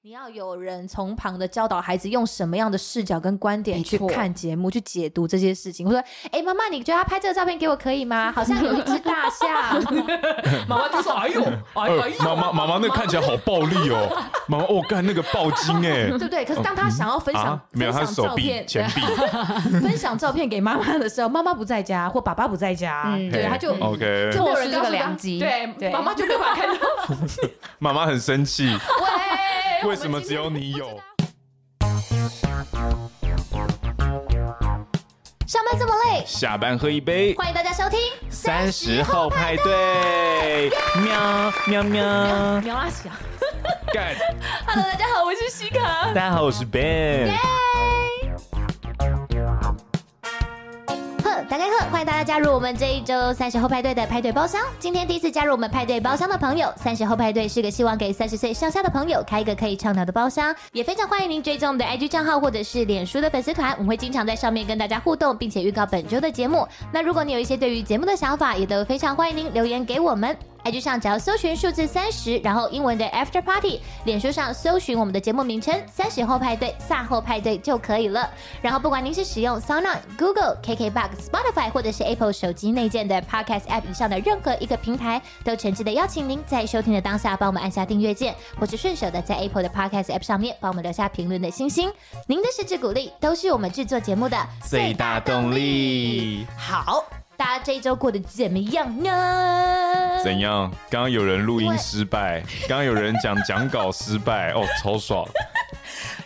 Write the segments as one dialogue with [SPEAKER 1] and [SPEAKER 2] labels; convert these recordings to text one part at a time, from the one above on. [SPEAKER 1] 你要有人从旁的教导孩子用什么样的视角跟观点
[SPEAKER 2] 没
[SPEAKER 1] 去
[SPEAKER 2] 错
[SPEAKER 1] 看节目、去解读这些事情。我说：“哎、妈妈，你觉得他拍这个照片给我可以吗？好像有一只 大象。
[SPEAKER 3] 妈妈就说：“哎 呦，哎呦，哎
[SPEAKER 4] 呃
[SPEAKER 3] 呦，
[SPEAKER 4] 妈妈妈妈那看起来好暴力哦，妈妈我干那个暴金哎
[SPEAKER 1] 对不对？可是当他想要分享、
[SPEAKER 4] 啊，没有
[SPEAKER 1] 分
[SPEAKER 4] 他
[SPEAKER 1] 享照
[SPEAKER 4] 手臂
[SPEAKER 1] 片、
[SPEAKER 4] 前臂
[SPEAKER 1] 分享照片给妈妈的时候，妈妈不在家或爸爸不在家，
[SPEAKER 2] 嗯
[SPEAKER 1] 对，他就
[SPEAKER 4] OK，
[SPEAKER 1] 就
[SPEAKER 2] 错
[SPEAKER 1] 有人
[SPEAKER 2] 失这个
[SPEAKER 1] 告诉他
[SPEAKER 2] 良机
[SPEAKER 1] 对，
[SPEAKER 2] 对
[SPEAKER 1] 妈妈就没有办法看到。
[SPEAKER 4] 妈妈很生气，
[SPEAKER 1] 喂，
[SPEAKER 4] 为什么只有你有？
[SPEAKER 2] 上班这么累，
[SPEAKER 4] 下班喝一杯，
[SPEAKER 2] 欢迎大家收听
[SPEAKER 4] 三十后派对，喵喵喵，
[SPEAKER 1] 苗阿翔，
[SPEAKER 4] 干！
[SPEAKER 2] Hello，大家好，我是西卡。
[SPEAKER 4] 大家好，我是 Ben，
[SPEAKER 2] 呵，大家好，欢迎大家加入我们这一周三十后派对的派对包厢。今天第一次加入我们派对包厢的朋友，三十后派对是个希望给三十岁上下的朋友开一个可以畅聊的包厢，也非常欢迎您追踪我们的 IG 账号或者是脸书的粉丝团，我们会经常在上面跟大家互动，并且预告本周的节目。那如果你有一些对于节目的想法，也都非常欢迎您留言给我们。IG 上只要搜寻数字三十，然后英文的 After Party，脸书上搜寻我们的节目名称“三十后派对”“萨后派对”就可以了。然后，不管您是使用 SoundOn、Google、KKBox、Spotify 或者是 Apple 手机内建的 Podcast App 以上的任何一个平台，都诚挚的邀请您在收听的当下帮我们按下订阅键，或是顺手的在 Apple 的 Podcast App 上面帮我们留下评论的星星。您的支持鼓励都是我们制作节目的
[SPEAKER 4] 最大动力。
[SPEAKER 1] 好，
[SPEAKER 2] 大家这一周过得怎么样呢？
[SPEAKER 4] 怎样？刚刚有人录音失败，刚刚有人讲讲稿失 败，哦，超爽！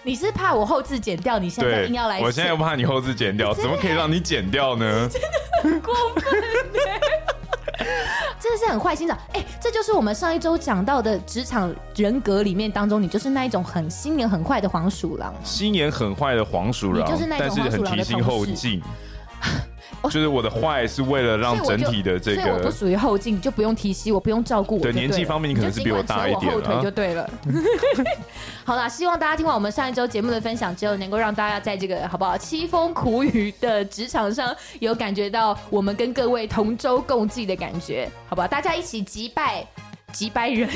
[SPEAKER 1] 你是怕我后置剪掉，你现在
[SPEAKER 4] 对
[SPEAKER 1] 硬要来，剪？
[SPEAKER 4] 我现在又怕你后置剪掉，怎么可以让你剪 掉呢？
[SPEAKER 1] 真的是很坏心肠。哎、这就是我们上一周讲到的职场人格里面当中，你就是那一种很心眼很坏的黄鼠狼。
[SPEAKER 4] 心眼很坏的黄鼠狼
[SPEAKER 1] 你就是，那种
[SPEAKER 4] 但是很提心后进。 就是我的坏是为了让整体的这
[SPEAKER 1] 所以我不
[SPEAKER 4] 个，
[SPEAKER 1] 属于后进，你就不用提携我，不用照顾我就
[SPEAKER 4] 对
[SPEAKER 1] 了。
[SPEAKER 4] 年纪方面你可能是比我大一点啊
[SPEAKER 1] 你就尽管扯我后腿就对了。 好啦，希望大家听完我们上一周节目的分享之后，能够让大家在这个好不好凄风苦雨的职场上，有感觉到我们跟各位同舟共济的感觉，好不好？大家一起击败击败人，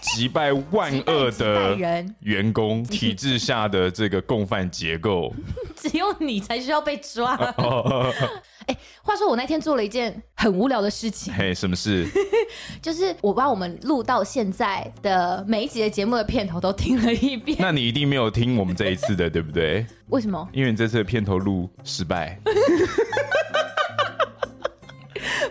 [SPEAKER 4] 击败万恶
[SPEAKER 1] 击败
[SPEAKER 4] 的
[SPEAKER 1] 人，
[SPEAKER 4] 员工体制下的这个共犯 结构。
[SPEAKER 1] 只有你才需要被抓。
[SPEAKER 4] 哦，
[SPEAKER 1] 话说我那天做了一件很无聊的事情，
[SPEAKER 4] 嘿，什么事？
[SPEAKER 1] 就是我把我们录到现在的每一集的节目的片头都听了一遍。
[SPEAKER 4] 那你一定没有听我们这一次的，对不对？
[SPEAKER 1] 为什么？
[SPEAKER 4] 因为你这次的片头录失败。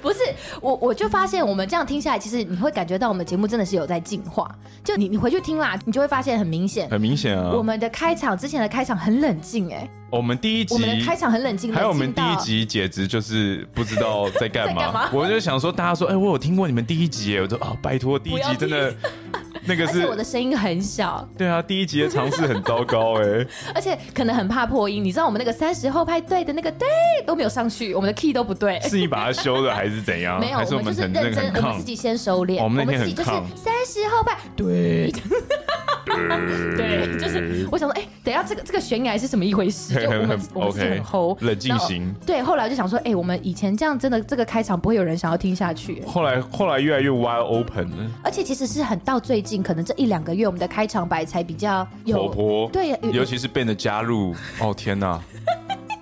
[SPEAKER 1] 不是我，我就发现我们这样听下来，其实你会感觉到我们节目真的是有在进化。就你，你回去听啦，你就会发现很明显，
[SPEAKER 4] 很明显啊，
[SPEAKER 1] 我们的开场之前的开场很冷静、哎，
[SPEAKER 4] 我们第一集
[SPEAKER 1] 我们的开场很冷静，
[SPEAKER 4] 还有我
[SPEAKER 1] 冷
[SPEAKER 4] 们
[SPEAKER 1] 静
[SPEAKER 4] 第
[SPEAKER 1] 到
[SPEAKER 4] 一集简直就是不知道在干
[SPEAKER 1] 在干嘛
[SPEAKER 4] 嘛，我就想说，大家说，哎、我有听过你们第一集耶， 我说啊，拜托，第一集真的 那个
[SPEAKER 1] 而
[SPEAKER 4] 是
[SPEAKER 1] 且我的声音很小，
[SPEAKER 4] 对啊，第一集的尝试很糟糕哎，
[SPEAKER 1] 而且可能很怕破音。你知道我们那个三十后派对的那个对都没有上去，我们的 key 都不对。
[SPEAKER 4] 是你把它修的还是怎样？
[SPEAKER 1] 没有，
[SPEAKER 4] 啊还是
[SPEAKER 1] 我们
[SPEAKER 4] 们
[SPEAKER 1] 就是
[SPEAKER 4] 很
[SPEAKER 1] 认
[SPEAKER 4] 那个
[SPEAKER 1] 真
[SPEAKER 4] 很，
[SPEAKER 1] 我们自
[SPEAKER 4] 抗？哦
[SPEAKER 1] 己先收敛。
[SPEAKER 4] 我们那天
[SPEAKER 1] 自己就
[SPEAKER 4] 很
[SPEAKER 1] 是
[SPEAKER 4] 抗
[SPEAKER 1] 三十后半，对对，就是我想说，哎、等一下这个这个悬崖是什么一回事？就我们 我们自己
[SPEAKER 4] OK，
[SPEAKER 1] 很齁，
[SPEAKER 4] 冷静
[SPEAKER 1] 然后
[SPEAKER 4] 型
[SPEAKER 1] 对，后来就想说，哎、我们以前这样真的这个开场不会有人想要听下去。
[SPEAKER 4] 后来后来越来越 wide open 了，
[SPEAKER 1] 而且其实是很到最近，可能这一两个月，我们的开场白才比较有
[SPEAKER 4] 活泼，
[SPEAKER 1] 对，有
[SPEAKER 4] 尤其是变得加入，哦天哪，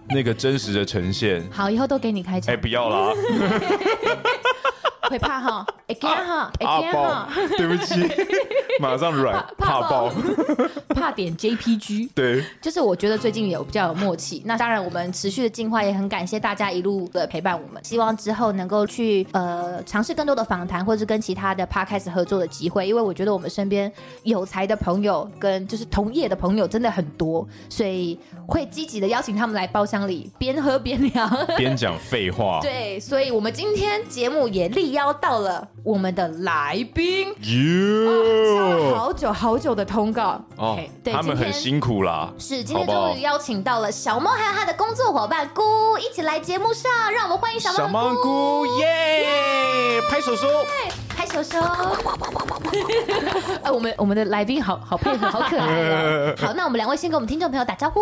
[SPEAKER 4] 那个真实的呈现，
[SPEAKER 1] 好，以后都给你开
[SPEAKER 4] 哎、
[SPEAKER 1] 场，
[SPEAKER 4] 不要啦，
[SPEAKER 1] 会怕
[SPEAKER 4] 啊
[SPEAKER 1] 哈，哎惊哈， 哎
[SPEAKER 4] 阿
[SPEAKER 1] 惊
[SPEAKER 4] 爆
[SPEAKER 1] 哈，，
[SPEAKER 4] 对不 起，马上软
[SPEAKER 1] 怕
[SPEAKER 4] 怕
[SPEAKER 1] 爆
[SPEAKER 4] 爆，
[SPEAKER 1] 怕点 JPG。
[SPEAKER 4] 对。
[SPEAKER 1] 就是我觉得最近有比较有默契。那当然，我们持续的进化，也很感谢大家一路的陪伴我们。希望之后能够去呃尝试更多的访谈，或者是跟其他的 podcast 合作的机会，因为我觉得我们身边有才的朋友跟就是同业的朋友真的很多，所以会积极的邀请他们来包厢里边喝边聊。
[SPEAKER 4] 边讲废话。
[SPEAKER 1] 对，所以我们今天节目也力邀到了我们的来宾。敲了
[SPEAKER 4] 哟，
[SPEAKER 1] 哦好久好久的通告
[SPEAKER 4] 哦
[SPEAKER 1] OK，对，
[SPEAKER 4] 他们
[SPEAKER 1] 今
[SPEAKER 4] 很
[SPEAKER 1] 天
[SPEAKER 4] 辛苦啦，
[SPEAKER 2] 是，今
[SPEAKER 4] 好
[SPEAKER 2] 天
[SPEAKER 4] 不好
[SPEAKER 2] 终于邀请到了小猫还有他的工作伙伴姑一起来节目上，让我们欢迎小猫
[SPEAKER 4] 小
[SPEAKER 2] 和
[SPEAKER 4] 蘑
[SPEAKER 2] 菇。
[SPEAKER 4] 菇耶，拍手说，
[SPEAKER 2] 耶拍手手。
[SPEAKER 1] 哎，我们我们的来宾好好配合，好可爱
[SPEAKER 2] 啊
[SPEAKER 1] 哦。
[SPEAKER 2] 好，那我们两位先跟我们听众朋友打招呼。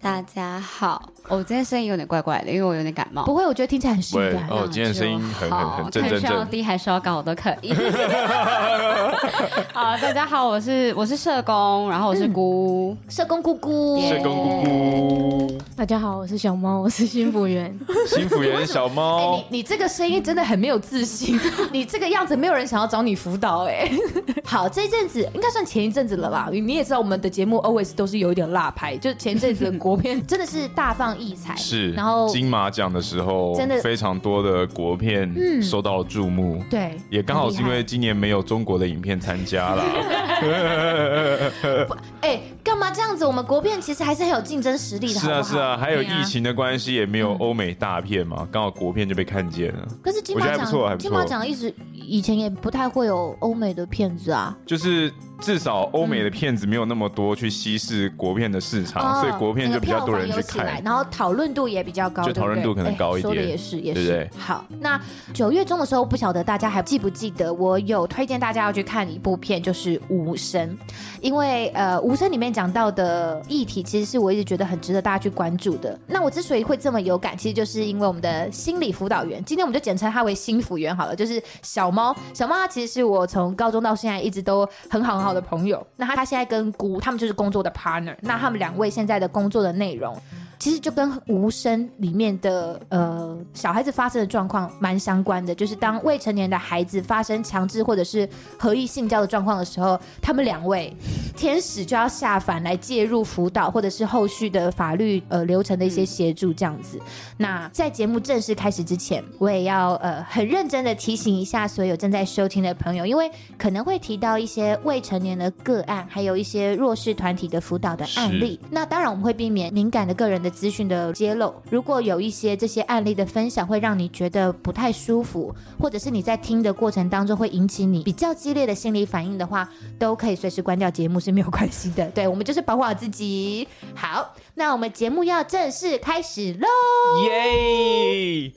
[SPEAKER 5] 大家好，哦我今天声音有点怪怪的，因为我有点感冒。
[SPEAKER 1] 不会，我觉得听起来很性
[SPEAKER 4] 喂，
[SPEAKER 2] 啊
[SPEAKER 1] 感。
[SPEAKER 4] 哦，今天的声音很很
[SPEAKER 5] 好，
[SPEAKER 4] 很正正
[SPEAKER 5] 哦看上
[SPEAKER 4] 正，
[SPEAKER 5] 低还是要高我都可以。 好，大家好，我是我是社工，然后我是姑，
[SPEAKER 2] 社工姑姑，
[SPEAKER 4] 社工姑姑，
[SPEAKER 6] 大家好，我是小猫，我是新服员。
[SPEAKER 4] 新福园 小
[SPEAKER 1] 哎
[SPEAKER 4] 猫，
[SPEAKER 1] 你你这个声音真的很没有自信，你这个样子没有人想要找你辅导哎、 好，这一阵子应该算前一阵子了吧？你也知道我们的节目 always 都是有一点辣拍，就前一阵子的国 片真的是大放异彩，
[SPEAKER 4] 是，
[SPEAKER 1] 然后
[SPEAKER 4] 金马奖的时候，
[SPEAKER 1] 真的
[SPEAKER 4] 非常多的国片受到了注目，
[SPEAKER 1] 对，
[SPEAKER 4] 也刚好是因
[SPEAKER 1] 很厉
[SPEAKER 4] 为今年没有中国的影片参加啦。
[SPEAKER 1] 害哎，干嘛这样子？我们国片其实还是很有竞争实力的，
[SPEAKER 4] 是
[SPEAKER 1] 好
[SPEAKER 4] 啊
[SPEAKER 1] 不好
[SPEAKER 4] 是啊，还有
[SPEAKER 1] 对啊
[SPEAKER 4] 疫情的关系，也没有欧美大片嘛，刚好国片就被看见了。
[SPEAKER 1] 可是金
[SPEAKER 4] 我觉
[SPEAKER 1] 马
[SPEAKER 4] 得还不错还
[SPEAKER 1] 奖，
[SPEAKER 4] 不错
[SPEAKER 1] 金马奖一直以前也不太会有欧美的片子啊，
[SPEAKER 4] 就是至少欧美的片子没有那么多去稀释国片的市场，
[SPEAKER 1] 哦
[SPEAKER 4] 啊所以国片就
[SPEAKER 1] 整个
[SPEAKER 4] 比较多人
[SPEAKER 1] 票房
[SPEAKER 4] 去
[SPEAKER 1] 有起来
[SPEAKER 4] 看。
[SPEAKER 1] 然后讨论度也比较高，
[SPEAKER 4] 就
[SPEAKER 1] 对不对
[SPEAKER 4] 讨论度可能高
[SPEAKER 1] 哎
[SPEAKER 4] 一
[SPEAKER 1] 说的
[SPEAKER 4] 点
[SPEAKER 1] 也是，也
[SPEAKER 4] 对
[SPEAKER 1] 是。
[SPEAKER 4] 不对
[SPEAKER 1] 好，那九月中的时候，不晓得大家还记不记得，我有推荐大家要去看一部片，就是《无声》，因为呃，《无声》里面讲到的议题，其实是我一直觉得很值得大家去关注的。那我之所以会这么有感，其实就是因为我们的心理辅导员，今天我们就简称他为心辅员好了，就是小猫。小猫它其实是我从高中到现在一直都很好很好的朋友。那他他现在跟姑他们就是工作的 partner，那他们两位现在的工作的内容其实就跟无声里面的呃小孩子发生的状况蛮相关的，就是当未成年的孩子发生强制或者是合意性交的状况的时候，他们两位天使就要下凡来介入辅导或者是后续的法律呃流程的一些协助这样子。那在节目正式开始之前，我也要呃很认真的提醒一下所有正在收听的朋友，因为可能会提到一些未成年的个案，还有一些弱势团体的辅导的案例。那当然我们会避免敏感的个人的资讯的揭露。如果有一些这些案例的分享会让你觉得不太舒服，或者是你在听的过程当中会引起你比较激烈的心理反应的话，都可以随时关掉节目是没有关系的。对我们就是保护好自己。好，那我们节目要正式开始喽。
[SPEAKER 4] 耶！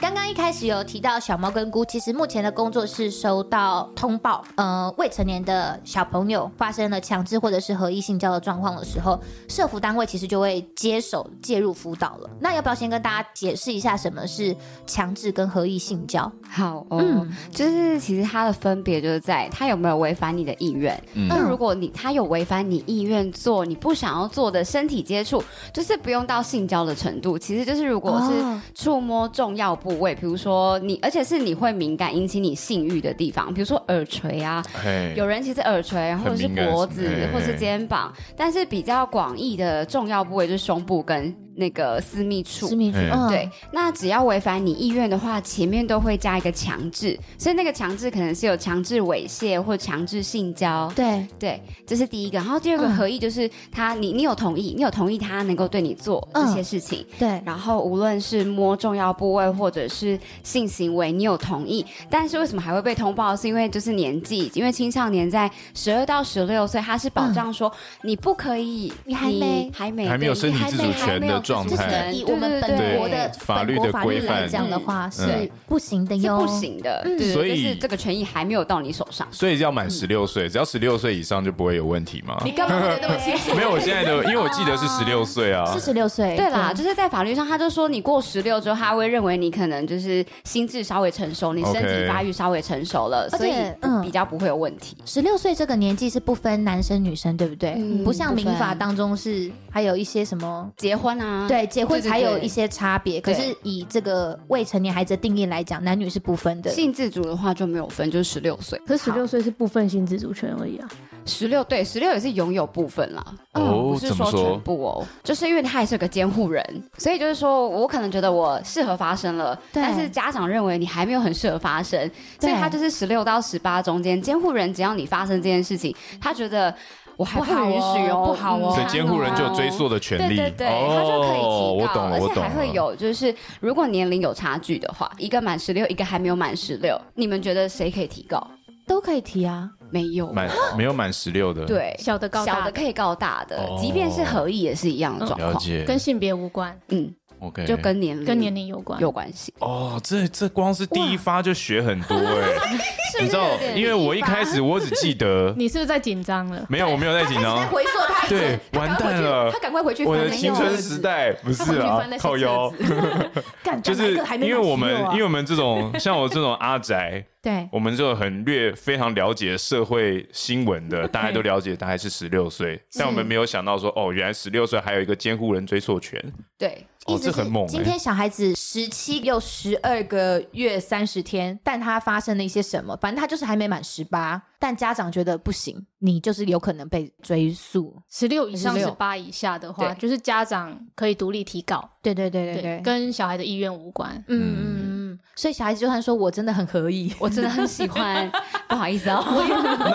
[SPEAKER 2] 刚刚一开始有提到小猫跟姑，其实目前的工作是收到通报，呃，未成年的小朋友发生了强制或者是合意性交的状况的时候，社服单位其实就会接手介入辅导了。那要不要先跟大家解释一下什么是强制跟合意性交？
[SPEAKER 5] 好哦，就是其实它的分别就是在它有没有违反你的意愿。
[SPEAKER 4] 嗯
[SPEAKER 5] 那、如果你它有违反你意愿做你不想要做的身体接触，就是不用到性交的程度，其实就是如果
[SPEAKER 2] 哦
[SPEAKER 5] 是触摸重要部位，比如说你，而且是你会敏感引起你性欲的地方，比如说耳垂啊，
[SPEAKER 4] 哎，
[SPEAKER 5] 有人其实耳垂，或者是
[SPEAKER 4] 敏感
[SPEAKER 5] 脖子
[SPEAKER 4] 哎，
[SPEAKER 5] 或是肩膀，但是比较广义的重要部位就是胸部跟那个私密处。
[SPEAKER 1] 密
[SPEAKER 4] 哎
[SPEAKER 1] 嗯
[SPEAKER 5] 对，那只要违反你意愿的话，前面都会加一个强制，所以那个强制可能是有强制猥亵或强制性交。
[SPEAKER 1] 对，
[SPEAKER 5] 对，这是第一个。然后第二个
[SPEAKER 1] 嗯
[SPEAKER 5] 合意就是他，你你有同意，你有同意他能够对你做这
[SPEAKER 1] 嗯
[SPEAKER 5] 些事情。
[SPEAKER 1] 对，
[SPEAKER 5] 然后无论是摸重要部位或者是性行为，你有同意，但是为什么还会被通报？是因为就是年纪，因为青少年在十二到十六岁，他是保障说你不可以，
[SPEAKER 2] 你还没
[SPEAKER 5] 还没
[SPEAKER 4] 还没有身体自主权的状
[SPEAKER 2] 就是
[SPEAKER 4] 态
[SPEAKER 2] 以我们
[SPEAKER 5] 对
[SPEAKER 2] 本
[SPEAKER 5] 对
[SPEAKER 2] 国
[SPEAKER 5] 对
[SPEAKER 2] 的
[SPEAKER 4] 法律
[SPEAKER 2] 本国
[SPEAKER 4] 的
[SPEAKER 2] 法
[SPEAKER 4] 规
[SPEAKER 2] 律来
[SPEAKER 4] 范嗯
[SPEAKER 2] 讲的话是
[SPEAKER 5] 对
[SPEAKER 2] 不行的
[SPEAKER 5] 是
[SPEAKER 2] 哟，
[SPEAKER 5] 不。行的，对，
[SPEAKER 4] 所以
[SPEAKER 5] 就是这个权益还没有到你手上。
[SPEAKER 4] 所以要满十六岁，只要十六岁以上就不会有问题嘛。
[SPEAKER 3] 你干嘛问得那么清楚？
[SPEAKER 4] 没有，我现在的，因为我记得是十六岁啊
[SPEAKER 1] 四。十六岁，
[SPEAKER 5] 对啦，就是在法律上，他就说你过十六之后，他会认为你可能就是心智稍微成熟，你身
[SPEAKER 4] OK
[SPEAKER 5] 体发育稍微成熟了，
[SPEAKER 1] 而
[SPEAKER 5] 所以
[SPEAKER 1] 且嗯
[SPEAKER 5] 比较不会有问题。
[SPEAKER 1] 十六岁这个年纪是不分男生女生，对不对？
[SPEAKER 5] 嗯
[SPEAKER 1] 不像
[SPEAKER 5] 不
[SPEAKER 1] 民
[SPEAKER 5] 分
[SPEAKER 1] 法当中是还有一些什么。
[SPEAKER 5] 结婚啊，
[SPEAKER 1] 对，结婚
[SPEAKER 5] 对对
[SPEAKER 1] 才有
[SPEAKER 5] 对
[SPEAKER 1] 一些差别。可
[SPEAKER 5] 对
[SPEAKER 1] 是以这个未成年孩子的定义来讲，男女是不分的。
[SPEAKER 5] 性自主的话就没有分，就是十六岁，
[SPEAKER 6] 可十六岁是部分性自主权而已啊。
[SPEAKER 5] 十六对十六也是拥有部分啦。嗯
[SPEAKER 4] 哦
[SPEAKER 5] 不是
[SPEAKER 4] 怎么
[SPEAKER 5] 说
[SPEAKER 4] 说
[SPEAKER 5] 全部哦，就是因为他也是个监护人，所以就是说我可能觉得我适合发生了，
[SPEAKER 1] 对
[SPEAKER 5] 但是家长认为你还没有很适合发生，所以他就是十六到十八中间，监护人只要你发生这件事情，他觉得。我还不
[SPEAKER 1] 不好
[SPEAKER 5] 允
[SPEAKER 1] 哦
[SPEAKER 5] 许哦，
[SPEAKER 1] 不好哦
[SPEAKER 4] 所以监护人就有追溯的权利，
[SPEAKER 5] 对对对，他就可以
[SPEAKER 4] 哦，
[SPEAKER 5] 提
[SPEAKER 4] 我
[SPEAKER 5] 告，
[SPEAKER 4] 懂了，
[SPEAKER 5] 而
[SPEAKER 4] 我
[SPEAKER 5] 且
[SPEAKER 4] 懂
[SPEAKER 5] 还会
[SPEAKER 4] 了。
[SPEAKER 5] 有，就是如果年龄有差距的话，一个满十六，一个还没有满十六，你们觉得谁可以提告？
[SPEAKER 1] 都可以提啊。
[SPEAKER 5] 没有，
[SPEAKER 4] 满没有满十六的，，
[SPEAKER 5] 对，
[SPEAKER 6] 小的告
[SPEAKER 5] 小
[SPEAKER 6] 大
[SPEAKER 5] 的
[SPEAKER 6] 的，
[SPEAKER 5] 可以告大的
[SPEAKER 4] 哦，嗯
[SPEAKER 5] 即便是合意也是一样的状
[SPEAKER 4] 了
[SPEAKER 5] 况。
[SPEAKER 4] 解。
[SPEAKER 6] 跟性别无关。
[SPEAKER 5] 嗯，
[SPEAKER 4] OK，
[SPEAKER 5] 就跟年
[SPEAKER 1] 嗯
[SPEAKER 5] 龄
[SPEAKER 6] 跟年龄有关。
[SPEAKER 5] 有关系。
[SPEAKER 4] 哦，这这光是第一发就学很多哎、
[SPEAKER 5] 是
[SPEAKER 4] 你知道，因为我一开始我只记得
[SPEAKER 6] 你是不是在紧张了？
[SPEAKER 4] 没有，我没有在紧
[SPEAKER 1] 在
[SPEAKER 4] 张，
[SPEAKER 1] 回溯 他以前
[SPEAKER 4] 对，完蛋了
[SPEAKER 1] 他，赶快回去
[SPEAKER 4] 我
[SPEAKER 1] 翻
[SPEAKER 4] 的
[SPEAKER 1] 那
[SPEAKER 4] 青
[SPEAKER 1] 个
[SPEAKER 4] 春时代不
[SPEAKER 1] 他
[SPEAKER 4] 是啊
[SPEAKER 1] 回去翻那，些
[SPEAKER 4] 靠腰，
[SPEAKER 1] 干
[SPEAKER 4] 就是
[SPEAKER 1] 干哪个还没
[SPEAKER 4] 因为我们
[SPEAKER 1] 买石油啊
[SPEAKER 4] 因为我们这种像我这种阿宅，
[SPEAKER 1] 对
[SPEAKER 4] 我们这种很略非常了解社会新闻的，大家都了解，大概是十六岁，但我们没有想到说，哦，原来十六岁还有一个监护人追溯权，
[SPEAKER 5] 对，
[SPEAKER 4] 哦
[SPEAKER 1] 意，思
[SPEAKER 4] 这
[SPEAKER 1] 是
[SPEAKER 4] 很猛
[SPEAKER 1] 今
[SPEAKER 4] 哎、
[SPEAKER 1] 天小孩子十七又十二个月三十天，但他发生了一些什么？反正他就是还没满十八，但家长觉得不行，你就是有可能被追溯。
[SPEAKER 6] 十六以上、
[SPEAKER 1] 16
[SPEAKER 6] 十八以下的话，
[SPEAKER 1] 对
[SPEAKER 6] 就是家长可以独立提告，
[SPEAKER 1] 对对对对对，
[SPEAKER 6] 跟小孩的意愿无关。
[SPEAKER 1] 嗯嗯嗯嗯，所以小孩子就算说我真的很合意，
[SPEAKER 5] 我真的很喜 欢，不好意思哦。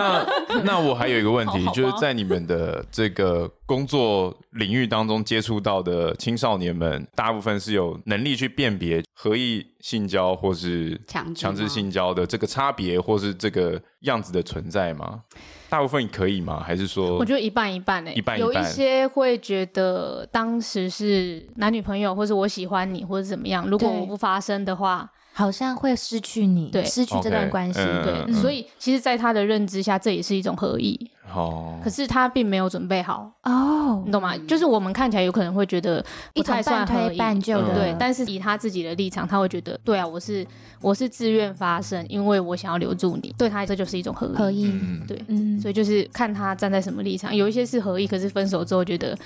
[SPEAKER 4] 那那我还有一个问题，
[SPEAKER 6] 好好吧
[SPEAKER 4] 就是在你们的这个工作领域当中接触到的青少年们，大部分是有能力去辨别合意性交或是
[SPEAKER 5] 强制
[SPEAKER 4] 强制
[SPEAKER 5] 吗
[SPEAKER 4] 性交的这个差别，或是这个样子的存在吗？大部分可以吗？还是说，
[SPEAKER 6] 我觉得一半一半诶、
[SPEAKER 4] 一半一
[SPEAKER 6] 有一
[SPEAKER 4] 半
[SPEAKER 6] 些会觉得当时是男女朋友，或者我喜欢你，或者怎么样。如果
[SPEAKER 1] 对
[SPEAKER 6] 我不发生的话，
[SPEAKER 1] 好像会失去你，
[SPEAKER 6] 对
[SPEAKER 1] 失去这段
[SPEAKER 4] OK，
[SPEAKER 1] 关系。
[SPEAKER 4] 嗯
[SPEAKER 6] 对，
[SPEAKER 4] 嗯
[SPEAKER 6] 所以其实，在他的认知下，这也是一种合意。
[SPEAKER 4] 哦
[SPEAKER 6] 可，是他并没有准备好，
[SPEAKER 1] 哦
[SPEAKER 6] 你，懂吗？就是我们看起来有可能会觉得
[SPEAKER 1] 一
[SPEAKER 6] 不
[SPEAKER 1] 种
[SPEAKER 6] 太
[SPEAKER 1] 半
[SPEAKER 6] 算合
[SPEAKER 1] 推
[SPEAKER 6] 意，
[SPEAKER 1] 半就的，
[SPEAKER 4] 嗯
[SPEAKER 6] 对，但是以他自己的立场，他会觉得，对啊，我是我是自愿发生，因为我想要留住你，对他这就是一种合意，
[SPEAKER 1] 合意，
[SPEAKER 4] 嗯，
[SPEAKER 6] 对。
[SPEAKER 1] 嗯，
[SPEAKER 6] 所以就是看他站在什么立场，有一些是合意，可是分手之后觉得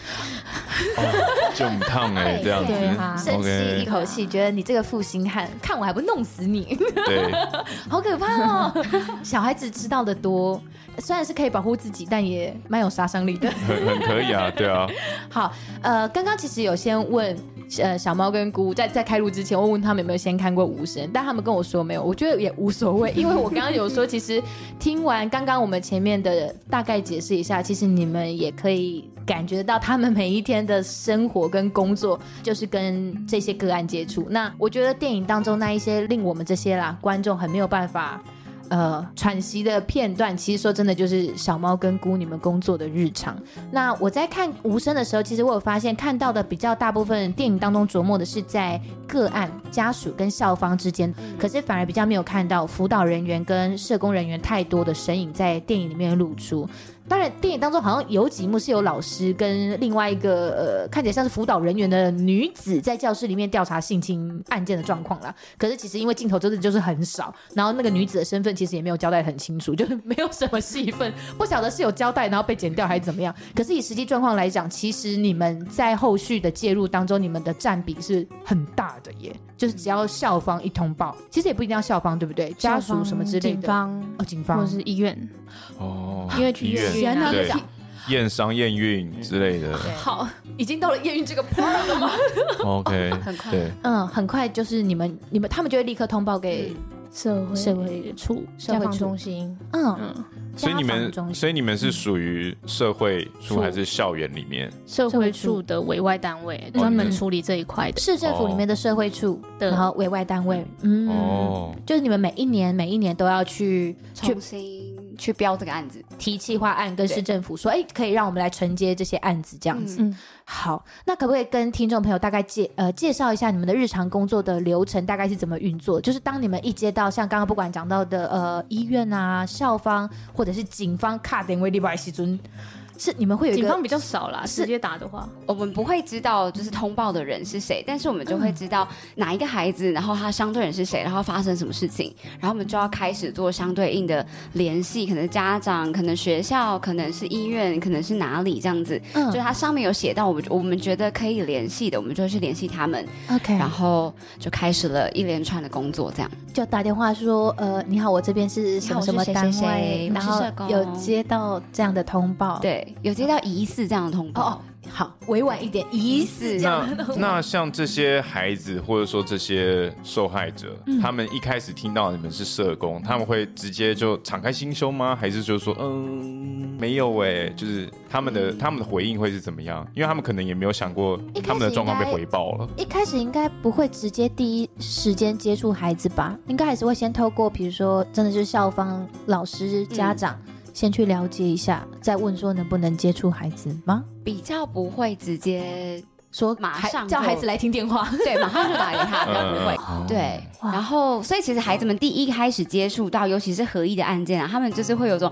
[SPEAKER 4] 哦就很烫哎，这样子
[SPEAKER 6] 对啊
[SPEAKER 1] 深吸一
[SPEAKER 4] OK，
[SPEAKER 1] 口气，觉得你这个负心汉，看我还不弄死你！
[SPEAKER 4] 对，
[SPEAKER 1] 好可怕哦！ 小孩子知道的多，虽然是可以保护自己，但也蛮有杀伤力的。
[SPEAKER 4] 很很可以啊，对啊，
[SPEAKER 1] 好，呃，刚刚其实有先问，呃，小猫跟姑在在开录之前，我问他们有没有先看过《无声》，但他们跟我说没有，我觉得也无所谓，因为我刚刚有说，其实听完刚刚我们前面的大概解释一下，其实你们也可以感觉到他们每一天的生活跟工作就是跟这些个案接触。那我觉得电影当中那一些令我们这些啦观众很没有办法。呃，喘息的片段，其实说真的，就是小猫跟姑你们工作的日常。那我在看《无声》的时候，其实我有发现看到的比较大部分电影当中琢磨的是在个案、家属跟校方之间，可是反而比较没有看到辅导人员跟社工人员太多的身影在电影里面露出。当然，电影当中好像有几幕是有老师跟另外一个呃看起来像是辅导人员的女子在教室里面调查性侵案件的状况啦。可是其实因为镜头真的就是很少，然后那个女子的身份其实也没有交代得很清楚，就是没有什么戏份，不晓得是有交代然后被剪掉还是怎么样。可是以实际状况来讲，其实你们在后续的介入当中，你们的占比是很大的耶。就是只要校方一通报，其实也不一定要校方，对不对？家属什么之类
[SPEAKER 6] 警
[SPEAKER 1] 的，
[SPEAKER 6] 方
[SPEAKER 1] 哦，警
[SPEAKER 6] 或
[SPEAKER 1] 方
[SPEAKER 6] 者是医院，
[SPEAKER 4] 哦，
[SPEAKER 6] 因为去
[SPEAKER 4] 医院
[SPEAKER 6] 医院啊
[SPEAKER 4] 对验伤、验孕之类的
[SPEAKER 1] 好，已经到了验孕这个 part 了吗？
[SPEAKER 4] ，OK，
[SPEAKER 5] 很快
[SPEAKER 4] 对，
[SPEAKER 1] 嗯，很快就是你们、你们他们就会立刻通报给
[SPEAKER 6] 社会
[SPEAKER 1] 社会
[SPEAKER 6] 处、
[SPEAKER 1] 社会
[SPEAKER 6] 家访
[SPEAKER 1] 处
[SPEAKER 6] 中心，
[SPEAKER 1] 嗯
[SPEAKER 6] 嗯，
[SPEAKER 4] 所以你
[SPEAKER 1] 家访
[SPEAKER 4] 们，
[SPEAKER 1] 中嗯
[SPEAKER 4] 所以你们是属于社会处还是校园里面？
[SPEAKER 6] 社
[SPEAKER 1] 会
[SPEAKER 6] 会
[SPEAKER 1] 处
[SPEAKER 6] 处的委外单位，
[SPEAKER 4] 嗯
[SPEAKER 6] 专门处理这一块的。
[SPEAKER 1] 市政府里面的社会处，
[SPEAKER 6] 的
[SPEAKER 1] 然后委外单位，哦嗯，
[SPEAKER 4] 哦，
[SPEAKER 1] 就是你们每一年每一年都要去去
[SPEAKER 5] 重新去标这个案子，
[SPEAKER 1] 提企划案，跟市政府说，哎，可以让我们来承接这些案子这样子。
[SPEAKER 6] 嗯
[SPEAKER 1] 好，那可不可以跟听众朋友大概介呃介绍一下你们的日常工作的流程，大概是怎么运作？就是当你们一接到像刚刚不管讲到的呃医院啊、校方或者是警方卡点位立白西尊，是你们会有一
[SPEAKER 6] 警
[SPEAKER 1] 个
[SPEAKER 6] 方比较少啦，
[SPEAKER 1] 是
[SPEAKER 6] 直接打的话，
[SPEAKER 5] 我们不会知道就是通报的人是谁，但是我们就会知道哪一个孩子，然后他相对人是谁，然后发生什么事情，然后我们就要开始做相对应的联系，可能家长，可能学校，可能是医院，可能是哪里这样子。
[SPEAKER 1] 嗯
[SPEAKER 5] 就是它上面有写到，我们我们觉得可以联系的，我们就会去联系他们，
[SPEAKER 1] OK，
[SPEAKER 5] 然后就开始了一连串的工作，这样。
[SPEAKER 1] 就打电话说呃你好，我这边是什么什么
[SPEAKER 5] 你好
[SPEAKER 1] 单
[SPEAKER 5] 我
[SPEAKER 1] 位，
[SPEAKER 5] 是谁谁谁
[SPEAKER 1] 然
[SPEAKER 5] 我是社
[SPEAKER 1] 后
[SPEAKER 5] 工
[SPEAKER 1] 有接到这样的通报，，
[SPEAKER 5] 对，有接到疑似这样的通
[SPEAKER 1] 哦
[SPEAKER 5] 报。
[SPEAKER 1] 哦，好，委婉一点，疑似这样
[SPEAKER 4] 那 那像这些孩子或者说这些受害者，
[SPEAKER 1] 嗯
[SPEAKER 4] 他们一开始听到你们是社工，他们会直接就敞开心胸吗？还是就是说，嗯，没有哎，就是他们的他们的回应会是怎么样？因为他们可能也没有想过
[SPEAKER 1] 嗯一开始
[SPEAKER 4] 他们的状况被
[SPEAKER 1] 应该
[SPEAKER 4] 回报了。
[SPEAKER 1] 一开始应该不会直接第一时间接触孩子吧，应该还是会先透过，比如说真的是校方、老师、家长、
[SPEAKER 5] 嗯
[SPEAKER 1] 先去了解一下，再问说能不能接触孩子吗？
[SPEAKER 5] 比较不会直接
[SPEAKER 1] 说
[SPEAKER 5] 马
[SPEAKER 1] 还
[SPEAKER 5] 上
[SPEAKER 1] 叫
[SPEAKER 5] 就
[SPEAKER 1] 孩子来听电 话，
[SPEAKER 5] 对，马上就打给他，
[SPEAKER 4] 嗯
[SPEAKER 5] 比较不会。
[SPEAKER 4] 嗯
[SPEAKER 5] 对，然后所以其实孩子们第一开始接触到，尤其是合一的案件啊，他们就是会有种。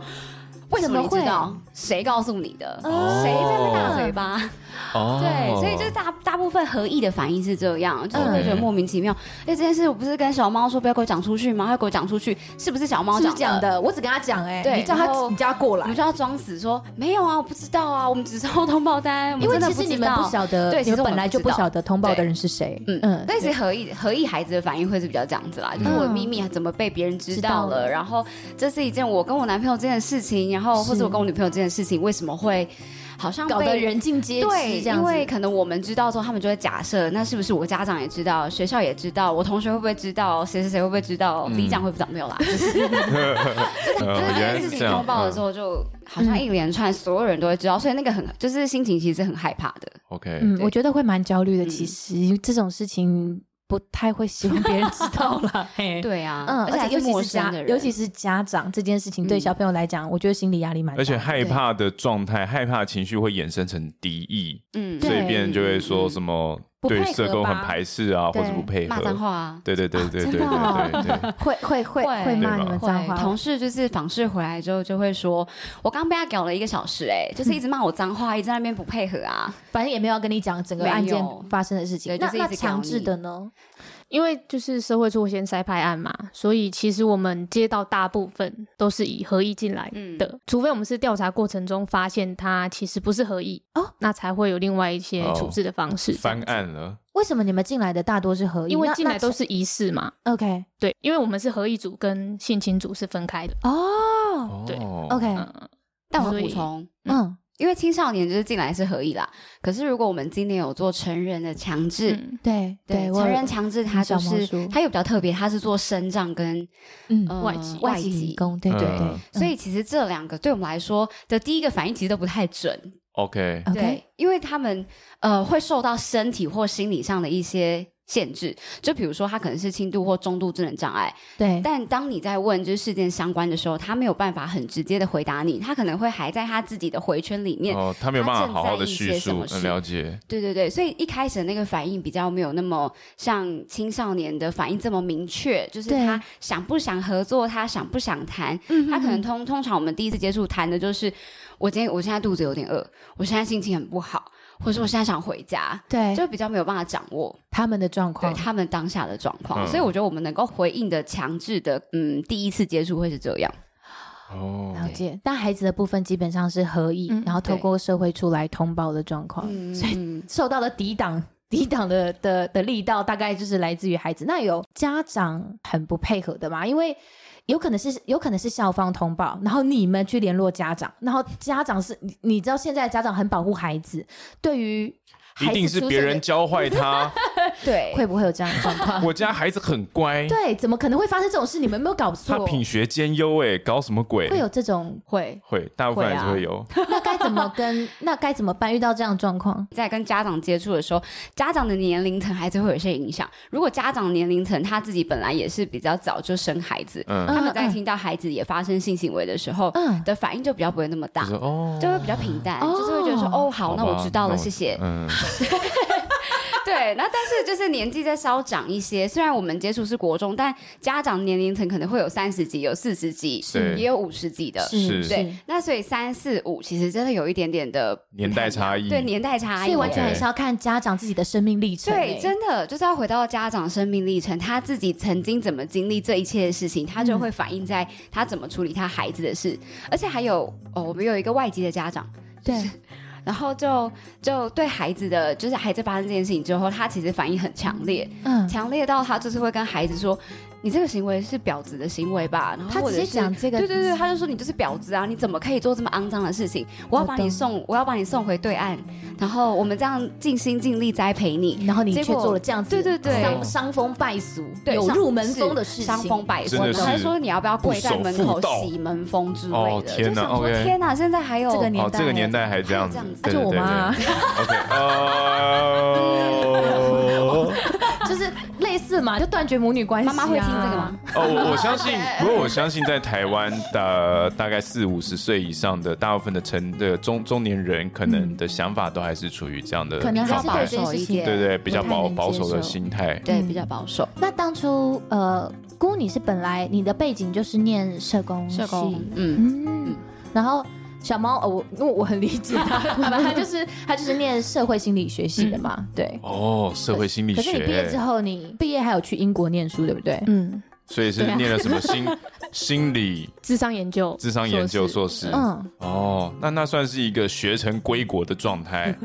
[SPEAKER 5] 为什么你
[SPEAKER 2] 怎么会
[SPEAKER 5] 知道？谁告诉你的？
[SPEAKER 4] 哦
[SPEAKER 5] 谁在那边大嘴巴？
[SPEAKER 4] 哦
[SPEAKER 5] 对，所以就是大大部分合意的反应是这样，就是
[SPEAKER 1] 嗯
[SPEAKER 5] 会觉得
[SPEAKER 4] OK
[SPEAKER 5] 莫名其妙。哎，这件事我不是跟小猫说不要给我讲出去吗？它给我讲出去，是不是小猫
[SPEAKER 1] 是不
[SPEAKER 5] 讲
[SPEAKER 1] 是讲？的？我只跟他讲，哎，
[SPEAKER 5] 对
[SPEAKER 1] 你叫
[SPEAKER 5] 然
[SPEAKER 1] 他
[SPEAKER 5] 后
[SPEAKER 1] 你叫他过
[SPEAKER 5] 我
[SPEAKER 1] 来
[SPEAKER 5] 们，就要装死说没有啊，我不知道啊，我们只收通报单，我
[SPEAKER 1] 因为
[SPEAKER 5] 真的
[SPEAKER 1] 其实
[SPEAKER 5] 知
[SPEAKER 1] 你们不
[SPEAKER 5] 道
[SPEAKER 1] 晓得，
[SPEAKER 5] 对
[SPEAKER 1] 你
[SPEAKER 5] 其实
[SPEAKER 1] 们
[SPEAKER 5] 我
[SPEAKER 1] 本
[SPEAKER 5] 们
[SPEAKER 1] 来就
[SPEAKER 5] 知
[SPEAKER 1] 不
[SPEAKER 5] 道
[SPEAKER 1] 晓得通报的人是谁，
[SPEAKER 5] 嗯嗯，但是合意合意孩子的反应会是比较这样子啦，就是我的秘密啊怎么被别人知
[SPEAKER 1] 嗯
[SPEAKER 5] 道
[SPEAKER 1] 知道了
[SPEAKER 5] 了，然后这是一件我跟我男朋友之间的事情，然后
[SPEAKER 1] 是
[SPEAKER 5] 或者我跟我女朋友之间的事情，为什么会好像
[SPEAKER 1] 搞得
[SPEAKER 5] 被
[SPEAKER 1] 人尽皆知
[SPEAKER 5] 对，
[SPEAKER 1] 这样
[SPEAKER 5] 因
[SPEAKER 1] 子
[SPEAKER 5] 为。可能我们知道之后，他们就会假设，那是不是我家长也知道，学校也知道，我同学会不会知道，谁谁谁会不会知道，
[SPEAKER 4] 嗯
[SPEAKER 5] 里长会不会知道，没有啦，就是
[SPEAKER 4] 哦
[SPEAKER 5] 就是这
[SPEAKER 4] 原来
[SPEAKER 5] 件事
[SPEAKER 4] 是
[SPEAKER 5] 情
[SPEAKER 4] 这样
[SPEAKER 5] 通报了之后，就好像一连串所有人都会知道，所以那个很就是心情其实是很害怕的。
[SPEAKER 4] 嗯 OK，
[SPEAKER 1] 嗯，
[SPEAKER 5] 对
[SPEAKER 1] 我觉得会蛮焦虑的。
[SPEAKER 5] 嗯
[SPEAKER 1] 其实这种事情不太会希望别人知道 啦。
[SPEAKER 6] 嘿，
[SPEAKER 5] 对啊，
[SPEAKER 1] 嗯，
[SPEAKER 5] 而且还
[SPEAKER 1] 尤
[SPEAKER 5] 是
[SPEAKER 1] 其
[SPEAKER 5] 陌
[SPEAKER 1] 是家
[SPEAKER 5] 生的，人，
[SPEAKER 1] 尤其是家长这件事情，对
[SPEAKER 5] 嗯
[SPEAKER 1] 小朋友来讲，我觉得心理压力蛮大。
[SPEAKER 4] 而且害怕的状态、害怕的情绪会衍生成敌意，
[SPEAKER 5] 嗯
[SPEAKER 4] 所以
[SPEAKER 1] 对
[SPEAKER 4] 别人就会说什么
[SPEAKER 1] 不配
[SPEAKER 4] 对
[SPEAKER 1] 合
[SPEAKER 4] 社工很
[SPEAKER 1] 吧
[SPEAKER 4] 排斥啊，或者
[SPEAKER 1] 对
[SPEAKER 4] 不配
[SPEAKER 5] 骂脏
[SPEAKER 4] 合。
[SPEAKER 5] 话啊。
[SPEAKER 4] 对对对对对
[SPEAKER 1] 真
[SPEAKER 4] 对
[SPEAKER 1] 的哦
[SPEAKER 4] 对 对，
[SPEAKER 1] 会会会
[SPEAKER 5] 会
[SPEAKER 1] 会骂
[SPEAKER 4] 对吧
[SPEAKER 1] 你们脏
[SPEAKER 5] 会，
[SPEAKER 1] 话
[SPEAKER 5] 同，事就是访视回来之后就会说，我刚被他搞了一个小时、哎，就是一直骂我脏话，一直在那边不配合啊。
[SPEAKER 1] 反正也没有要跟你讲整个案件
[SPEAKER 5] 没有
[SPEAKER 1] 发生的事情。
[SPEAKER 5] 对
[SPEAKER 1] 那
[SPEAKER 5] 就是一
[SPEAKER 1] 那
[SPEAKER 5] 直
[SPEAKER 1] 强
[SPEAKER 5] 搞
[SPEAKER 1] 制
[SPEAKER 5] 你
[SPEAKER 1] 的呢？
[SPEAKER 6] 因为就是社会出现塞派案嘛，所以其实我们接到大部分都是以合意进来
[SPEAKER 1] 嗯
[SPEAKER 6] 的，除非我们是调查过程中发现他其实不是合意
[SPEAKER 1] 哦，
[SPEAKER 6] 那才会有另外一些
[SPEAKER 4] 哦
[SPEAKER 6] 处置的方式。
[SPEAKER 4] 翻案了，
[SPEAKER 1] 为什么你们进来的大多是合意？
[SPEAKER 6] 因为
[SPEAKER 1] 那
[SPEAKER 6] 进
[SPEAKER 1] 那
[SPEAKER 6] 来都
[SPEAKER 1] 强
[SPEAKER 6] 是疑似嘛，
[SPEAKER 1] OK
[SPEAKER 6] 对，因为我们是合意组跟性侵组是分开的。
[SPEAKER 1] 哦
[SPEAKER 4] 哦
[SPEAKER 6] 对
[SPEAKER 1] OK
[SPEAKER 6] 嗯，
[SPEAKER 5] 但我要
[SPEAKER 6] 所
[SPEAKER 5] 补
[SPEAKER 6] 以
[SPEAKER 5] 充，
[SPEAKER 1] 嗯
[SPEAKER 5] 因为青少年就是进来是合意啦，可是如果我们今年有做成人的强制，
[SPEAKER 6] 嗯
[SPEAKER 1] 对
[SPEAKER 5] 对，
[SPEAKER 1] 我嗯
[SPEAKER 5] 成人强制他就
[SPEAKER 1] 小猫
[SPEAKER 5] 是
[SPEAKER 1] 书
[SPEAKER 5] 他又比较特别，他是做生障跟、
[SPEAKER 1] 嗯
[SPEAKER 5] 呃、
[SPEAKER 6] 外籍
[SPEAKER 1] 外
[SPEAKER 5] 外
[SPEAKER 1] 籍移
[SPEAKER 5] 籍。
[SPEAKER 1] 工对对对
[SPEAKER 4] 嗯，
[SPEAKER 5] 所以其实这两个对我们来说的第一个反应其实都不太准，
[SPEAKER 4] OK，
[SPEAKER 1] 嗯 OK
[SPEAKER 5] 对，因为他们呃会受到身体或心理上的一些限制，就比如说他可能是轻度或中度智能障碍，
[SPEAKER 1] 对
[SPEAKER 5] 但当你在问就是事件相关的时候，他没有办法很直接的回答你，他可能会还在他自己的回圈里面，
[SPEAKER 4] 哦，他没有办法好好的叙
[SPEAKER 5] 他正在意些什
[SPEAKER 4] 述
[SPEAKER 5] 么，事
[SPEAKER 4] 嗯了解，
[SPEAKER 5] 对对对，所以一开始的那个反应比较没有那么像青少年的反应这么明确，就是
[SPEAKER 1] 对嗯
[SPEAKER 5] 他想不想合作，他想不想谈，他可能通通常我们第一次接触谈的就是我今天我现在肚子有点饿，我现在心情很不好，或者说我现在想回家，
[SPEAKER 1] 对，
[SPEAKER 5] 就比较没有办法掌握
[SPEAKER 1] 他们的状
[SPEAKER 5] 对
[SPEAKER 1] 况。
[SPEAKER 5] 他们当下的状况，
[SPEAKER 4] 嗯
[SPEAKER 5] 所以我觉得我们能够回应的强制的，嗯，第一次接触会是这样，
[SPEAKER 4] 哦，
[SPEAKER 1] 了解，但孩子的部分基本上是合意，
[SPEAKER 6] 嗯
[SPEAKER 1] 然后透
[SPEAKER 5] 对
[SPEAKER 1] 过社会出来通报的状况，
[SPEAKER 5] 嗯，
[SPEAKER 1] 所以
[SPEAKER 5] 以
[SPEAKER 1] 受到的抵挡。 抵挡的的的力道大概就是来自于孩子，那有家长很不配合的嘛？因为有可能是有可能是校方通报，然后你们去联络家长，然后家长是你你知道现在家长很保护孩子，对于
[SPEAKER 4] 一
[SPEAKER 1] 孩
[SPEAKER 4] 定
[SPEAKER 1] 子
[SPEAKER 4] 是
[SPEAKER 1] 出
[SPEAKER 4] 别
[SPEAKER 1] 现的
[SPEAKER 4] 人教坏他，
[SPEAKER 5] 对，
[SPEAKER 1] 会不会有这样的状况？
[SPEAKER 4] 我家孩子很乖，
[SPEAKER 1] 对，怎么可能会发生这种事？你们有没有搞
[SPEAKER 4] 哎他
[SPEAKER 1] 错？
[SPEAKER 4] 品学兼优，哎，搞什么鬼？
[SPEAKER 1] 会有这种
[SPEAKER 5] 会
[SPEAKER 4] 会，大部分
[SPEAKER 5] 会
[SPEAKER 4] 还
[SPEAKER 5] 啊
[SPEAKER 4] 是会有，
[SPEAKER 1] 那该怎么 跟那该怎么办？遇到这样的状况，
[SPEAKER 5] 在跟家长接触的时候，家长的年龄层还是会有一些影响。如果家长年龄层他自己本来也是比较早就生孩子，
[SPEAKER 4] 嗯，
[SPEAKER 5] 他们在
[SPEAKER 1] 嗯嗯
[SPEAKER 5] 听到孩子也发生性行为的时候，
[SPEAKER 1] 嗯
[SPEAKER 5] 的反应就比较不会那么
[SPEAKER 4] 就
[SPEAKER 5] 大
[SPEAKER 4] 是。哦，
[SPEAKER 5] 就会比较平淡，
[SPEAKER 1] 哦
[SPEAKER 5] 就是会觉得说哦，好，
[SPEAKER 4] 好
[SPEAKER 5] 那
[SPEAKER 4] 吧
[SPEAKER 5] 我知道
[SPEAKER 4] 那
[SPEAKER 5] 了，
[SPEAKER 4] 我
[SPEAKER 5] 谢谢。
[SPEAKER 4] 嗯，
[SPEAKER 5] 对，那但是就是年纪再稍长一些，虽然我们接触是国中，但家长年龄层可能会有三十几、有四十几，
[SPEAKER 4] 是
[SPEAKER 5] 也有五十几的。
[SPEAKER 4] 是
[SPEAKER 1] 嗯是
[SPEAKER 5] 对，那所以三四五其实真的有一点点的不
[SPEAKER 4] 年代
[SPEAKER 5] 太一样
[SPEAKER 4] 差异
[SPEAKER 5] 对年代差异，
[SPEAKER 1] 所以完全还
[SPEAKER 4] OK
[SPEAKER 1] 是要看家长自己的生命历程、
[SPEAKER 5] 对，
[SPEAKER 1] 欸
[SPEAKER 5] 真的就是要回到家长生命历程，他自己曾经怎么经历这一切的事情，他就会反映在他怎么处理他孩子的事。而且还有哦，我们有一个外籍的家长，
[SPEAKER 1] 对，
[SPEAKER 5] 然后就就对孩子的，就是孩子发生这件事情之后，他其实反应很强烈，
[SPEAKER 1] 嗯，
[SPEAKER 5] 强烈到他就是会跟孩子说：“你这个行为是婊子的行为吧？”然后
[SPEAKER 1] 他
[SPEAKER 5] 或
[SPEAKER 1] 直
[SPEAKER 5] 者
[SPEAKER 1] 接
[SPEAKER 5] 是
[SPEAKER 1] 讲这个，
[SPEAKER 5] 对对对，他就说你就是婊子啊！你怎么可以做这么肮脏的事情？我要把你送，我要把你送回对岸，然后我们这样尽心尽力栽培你。
[SPEAKER 1] 然后你
[SPEAKER 5] 结
[SPEAKER 1] 却
[SPEAKER 5] 果
[SPEAKER 1] 做了这样子，
[SPEAKER 5] 对对对
[SPEAKER 1] 伤伤风败俗，
[SPEAKER 5] 对
[SPEAKER 1] 有
[SPEAKER 5] 上
[SPEAKER 1] 入门
[SPEAKER 5] 是
[SPEAKER 1] 风的事情，
[SPEAKER 5] 伤风败俗。
[SPEAKER 4] 真的
[SPEAKER 5] 我
[SPEAKER 4] 是
[SPEAKER 5] 还说你要不要跪在
[SPEAKER 4] 不守
[SPEAKER 5] 门
[SPEAKER 4] 妇
[SPEAKER 5] 口
[SPEAKER 4] 道
[SPEAKER 5] 洗门风之类的，
[SPEAKER 4] 哦天
[SPEAKER 5] 就
[SPEAKER 4] 哪
[SPEAKER 5] 想说
[SPEAKER 4] OK
[SPEAKER 5] 天哪，现在还有
[SPEAKER 1] 这个年
[SPEAKER 4] 哦，
[SPEAKER 1] 代
[SPEAKER 4] 这个年代还这样子
[SPEAKER 5] 还有这样，子
[SPEAKER 4] 对
[SPEAKER 1] 啊就
[SPEAKER 4] 对
[SPEAKER 1] 我
[SPEAKER 4] 对对
[SPEAKER 1] 妈
[SPEAKER 4] ，OK，哦。
[SPEAKER 1] 就是类似似嘛，就断绝母女关系、啊
[SPEAKER 5] 妈妈会听这个吗？？
[SPEAKER 4] 哦，我我相信，不过我相信在台湾的大概四五十岁以上的大部分的成的中中年人，可能的想法都还是处于这样的，
[SPEAKER 1] 可能还
[SPEAKER 4] 状
[SPEAKER 1] 是
[SPEAKER 4] 态
[SPEAKER 1] 对这件事情
[SPEAKER 4] 对对比较
[SPEAKER 1] 不太
[SPEAKER 4] 保
[SPEAKER 1] 能
[SPEAKER 4] 保
[SPEAKER 1] 接
[SPEAKER 4] 守的
[SPEAKER 1] 受
[SPEAKER 4] 心态。
[SPEAKER 5] 对，比较保守。
[SPEAKER 1] 那当初呃，姑你是本来你的背景就是念社工系，
[SPEAKER 5] 嗯，
[SPEAKER 1] 嗯，然后小猫呃，我因为我很理解 他，反正他就是他就是念社会心理学系的嘛，
[SPEAKER 7] 嗯
[SPEAKER 1] 对。
[SPEAKER 4] 哦，社会心理
[SPEAKER 1] 可是你毕业之
[SPEAKER 4] 学，
[SPEAKER 1] 后，你毕业还有去英国念书，对不对？
[SPEAKER 6] 嗯，
[SPEAKER 4] 所以是
[SPEAKER 6] 对啊
[SPEAKER 4] 念了 什么心心理
[SPEAKER 6] 智商研究，
[SPEAKER 4] 智商研究硕士？
[SPEAKER 1] 嗯，
[SPEAKER 4] 哦，那那算是一个学成归国的 状态，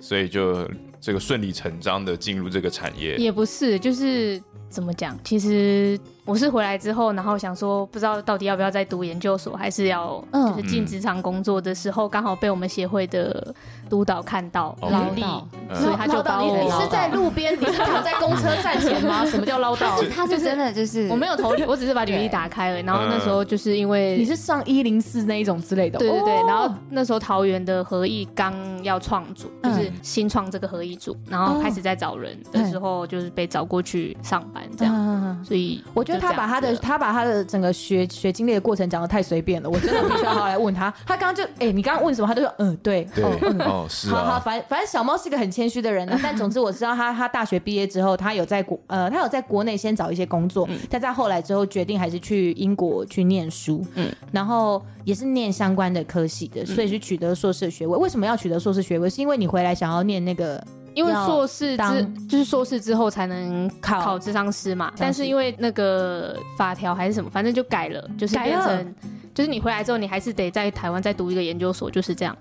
[SPEAKER 4] 所以就这个顺理成章的进入这个产业。
[SPEAKER 6] 也不是，就是怎么讲？其实我是回来之后，然后想说，不知道到底要不要再读研究所，还是要
[SPEAKER 1] 嗯
[SPEAKER 6] 就是进职场工作的时候，刚好被我们协会的督导看到
[SPEAKER 4] 哦
[SPEAKER 6] 履历，
[SPEAKER 5] 到
[SPEAKER 4] 嗯
[SPEAKER 6] 所以他就把
[SPEAKER 1] 你
[SPEAKER 6] 我
[SPEAKER 1] 你是在路边，你是躺在公车站前吗？什么叫唠叨？
[SPEAKER 5] 他是真的就是
[SPEAKER 6] 我没有投履，我只是把履历打开了。然后那时候就是因为
[SPEAKER 1] 你是上一零四那一种之类的？
[SPEAKER 6] 对对对，
[SPEAKER 1] 哦
[SPEAKER 6] 然后那时候桃园的合艺刚要创组，就
[SPEAKER 1] 嗯
[SPEAKER 6] 是新创这个合艺组，然后开始在找人的时候，就是被找过去上班这样，
[SPEAKER 1] 嗯
[SPEAKER 6] 所以
[SPEAKER 7] 我觉得
[SPEAKER 6] 就
[SPEAKER 7] 他
[SPEAKER 6] 这样
[SPEAKER 7] 把他
[SPEAKER 6] 子
[SPEAKER 7] 的
[SPEAKER 6] 了
[SPEAKER 7] 他把他的整个学学经历的过程讲的太随便了，我真的必须要好好来问他。他刚刚就哎、你刚刚问什么？他都说嗯对，
[SPEAKER 4] 对
[SPEAKER 7] 哦嗯，
[SPEAKER 4] 哦，是
[SPEAKER 7] 好好，
[SPEAKER 4] 啊，
[SPEAKER 7] 反反正小猫是个很谦虚的 人呢，但总之我知道他，他大学毕业之后，他有在国呃，他有在国内先找一些工作，
[SPEAKER 4] 嗯
[SPEAKER 7] 但在后来之后决定还是去英国去念书，嗯，然后也是念相关的科系
[SPEAKER 4] 嗯
[SPEAKER 7] 的，所以是取得硕士学位。为什么要取得硕士学位？是因为你回来想要念那个
[SPEAKER 6] 因为
[SPEAKER 7] 要
[SPEAKER 6] 硕士之
[SPEAKER 7] 当
[SPEAKER 6] 就是硕士之后才能考考智商师嘛，但是因为那个法条还是什么，反正就改了，就是
[SPEAKER 1] 改
[SPEAKER 6] 变
[SPEAKER 1] 了
[SPEAKER 6] 成。就是你回来之后，你还是得在台湾再读一个研究所，就是这样。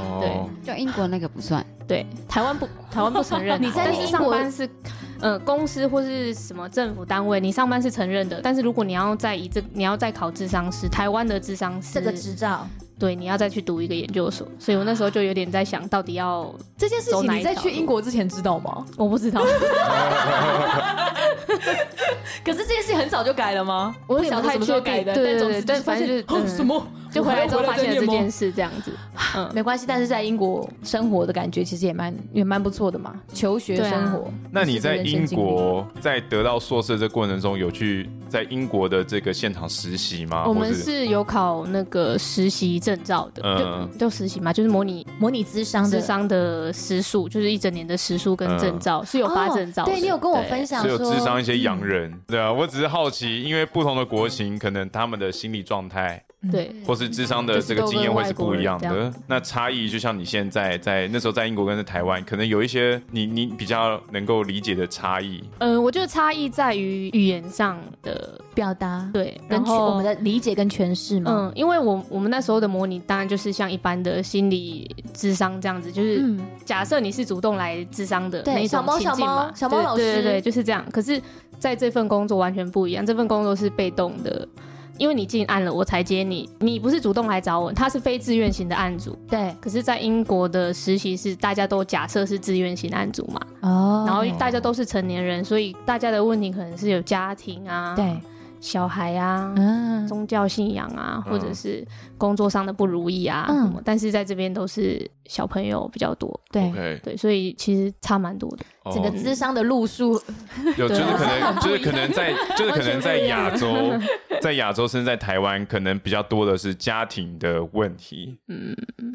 [SPEAKER 4] 哦，
[SPEAKER 5] 就英国那个不算，
[SPEAKER 6] 对，台湾不，台湾不承 认啊。
[SPEAKER 1] 你在
[SPEAKER 6] 但是
[SPEAKER 1] 英
[SPEAKER 6] 上
[SPEAKER 1] 国
[SPEAKER 6] 班是，呃，公司或是什么政府单位，你上班是承认的。但是如果你要再以这，你要再考智商师，台湾的智商师
[SPEAKER 1] 这个执照
[SPEAKER 6] 对，你要再去读一个研究所。所以我那时候就有点在想，到底要
[SPEAKER 1] 这件事
[SPEAKER 6] 走
[SPEAKER 1] 情，
[SPEAKER 6] 哪
[SPEAKER 1] 你
[SPEAKER 6] 一
[SPEAKER 1] 在
[SPEAKER 6] 条
[SPEAKER 1] 去
[SPEAKER 6] 路
[SPEAKER 7] 英国之前知道吗？
[SPEAKER 6] 我不知 道，
[SPEAKER 1] 可是这件事很早就改了吗？
[SPEAKER 6] 我
[SPEAKER 1] 不
[SPEAKER 6] 也
[SPEAKER 1] 晓
[SPEAKER 6] 不
[SPEAKER 1] 得
[SPEAKER 6] 太
[SPEAKER 1] 什么时
[SPEAKER 6] 确
[SPEAKER 1] 候
[SPEAKER 6] 定
[SPEAKER 1] 改。的，
[SPEAKER 6] 对
[SPEAKER 1] 但总
[SPEAKER 6] 对
[SPEAKER 1] 之
[SPEAKER 6] 对，但反正就是
[SPEAKER 3] 哦什
[SPEAKER 6] 嗯
[SPEAKER 3] 么？
[SPEAKER 6] 就回来之后发现了这件
[SPEAKER 3] 事，
[SPEAKER 6] 事，这样子。嗯，
[SPEAKER 1] 没关系，但是在英国生活的感觉其实也蛮也蛮不错的嘛，求学
[SPEAKER 6] 对啊
[SPEAKER 1] 生活。
[SPEAKER 4] 那你在
[SPEAKER 1] 是人生
[SPEAKER 4] 英
[SPEAKER 1] 经历
[SPEAKER 4] 国在得到硕士这过程中，有去在英国的这个现场实习吗？
[SPEAKER 6] 我
[SPEAKER 4] 啊或
[SPEAKER 6] 们是有考那个实习证照的，
[SPEAKER 4] 嗯
[SPEAKER 6] 就就实习嘛，就是模拟
[SPEAKER 1] 模拟智商的
[SPEAKER 6] 智商的时数，就是一整年的时数跟
[SPEAKER 4] 嗯
[SPEAKER 6] 证照、是有发证照
[SPEAKER 1] 哦
[SPEAKER 6] 的、
[SPEAKER 1] 对你有跟我分享
[SPEAKER 4] 是有
[SPEAKER 1] 说，嗯
[SPEAKER 4] 智商一些洋人，对啊，我只是好奇，因为不同的国情，可能他们的心理状态
[SPEAKER 6] 对。
[SPEAKER 4] 或是智商的这个经验会是不一样的。那差异就像你现在在那时候在英国跟在台湾，可能有一些你你比较能够理解的差异。
[SPEAKER 6] 嗯，我觉得差异在于语言上的
[SPEAKER 1] 表达，
[SPEAKER 6] 对，然
[SPEAKER 1] 跟去我
[SPEAKER 6] 后
[SPEAKER 1] 们的理解跟诠释嘛。
[SPEAKER 6] 嗯，因为我我们那时候的模拟当然就是像一般的心理智商这样子，就是
[SPEAKER 1] 嗯，
[SPEAKER 6] 假设你是主动来智商的
[SPEAKER 1] 对
[SPEAKER 6] 那一种
[SPEAKER 1] 小猫
[SPEAKER 6] 情境嘛，
[SPEAKER 1] 小猫小猫老师
[SPEAKER 6] 对对对，就是这样。可是在这份工作完全不一样，这份工作是被动的，因为你进案了我才接你，你不是主动来找我，他是非自愿型的案组。
[SPEAKER 1] 对
[SPEAKER 6] 可是，在英国的实习是大家都假设是自愿型案组嘛，
[SPEAKER 1] 哦，
[SPEAKER 6] 然后大家都是成年人，所以大家的问题可能是有家庭啊、
[SPEAKER 1] 对，
[SPEAKER 6] 小孩啊、
[SPEAKER 1] 嗯，
[SPEAKER 6] 宗教信仰啊，
[SPEAKER 4] 嗯
[SPEAKER 6] 或者是工作上的不如意啊、
[SPEAKER 1] 嗯
[SPEAKER 6] 什么。但是在这边都是小朋友比较多，
[SPEAKER 1] 对，
[SPEAKER 4] OK，
[SPEAKER 6] 对，所以其实差蛮多的。
[SPEAKER 4] 哦
[SPEAKER 1] 整个智商的路数，
[SPEAKER 4] 有就是可能
[SPEAKER 1] 对
[SPEAKER 4] 就是可能在就是可能在亚洲，在亚洲甚至在台湾，可能比较多的是家庭的问题。
[SPEAKER 6] 嗯，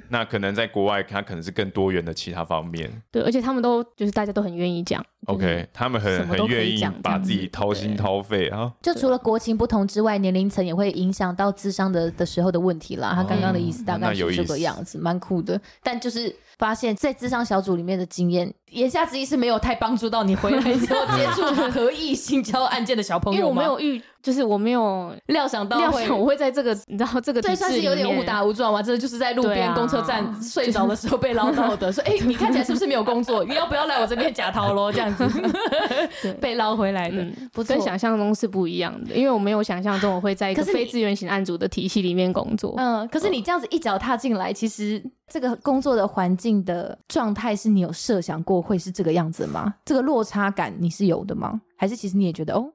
[SPEAKER 4] 那可能在国外，它可能是更多元的其他方面。
[SPEAKER 6] 对，而且他们都就是大家都很愿意讲。
[SPEAKER 1] 哦
[SPEAKER 4] OK，他们
[SPEAKER 6] 什
[SPEAKER 4] 很
[SPEAKER 6] 么
[SPEAKER 4] 很
[SPEAKER 6] 都可以
[SPEAKER 4] 愿意
[SPEAKER 6] 讲这样
[SPEAKER 4] 把自己
[SPEAKER 6] 子
[SPEAKER 4] 掏心
[SPEAKER 6] 对
[SPEAKER 4] 掏肺啊。
[SPEAKER 1] 就除了国情不同之外，年龄层也会影响到智商的的时候的问题
[SPEAKER 6] 哦
[SPEAKER 1] 啦。他刚刚的意思大
[SPEAKER 4] 那
[SPEAKER 1] 概
[SPEAKER 4] 有
[SPEAKER 1] 是
[SPEAKER 4] 意
[SPEAKER 1] 这
[SPEAKER 4] 思
[SPEAKER 1] 个样子，蛮酷的。但就是发现，在智商小组里面的经验，言下之意是没有太帮助到你回来之后接触合意性交案件的小朋
[SPEAKER 6] 因为
[SPEAKER 1] 友
[SPEAKER 6] 我
[SPEAKER 1] 吗
[SPEAKER 6] 没有遇，就是我没有
[SPEAKER 1] 料想到
[SPEAKER 6] 料
[SPEAKER 1] 会
[SPEAKER 6] 想我会在这个你知道这个
[SPEAKER 1] 对，
[SPEAKER 6] 体制
[SPEAKER 1] 算是有
[SPEAKER 6] 里
[SPEAKER 1] 点
[SPEAKER 6] 面
[SPEAKER 1] 误打误撞嘛，真的就是在路
[SPEAKER 6] 对
[SPEAKER 1] 边
[SPEAKER 6] 啊
[SPEAKER 1] 公车站睡着的时候被唠叨 的，说：“哎、你看起来是不是没有工作？你要不要来我这边假逃咯？”这 样子 被捞回来的，
[SPEAKER 6] 嗯
[SPEAKER 1] 不错
[SPEAKER 6] 跟。想象中是不一样的，因为我没有想象中我会在一个
[SPEAKER 1] 可是你
[SPEAKER 6] 非自愿型案组的体系里面工作。
[SPEAKER 1] 嗯，可是你这样子一脚踏进来，其实这个工作的环境的状态是你有设想过会是这个样子吗？这个落差感你是有的吗？还是其实你也觉得哦，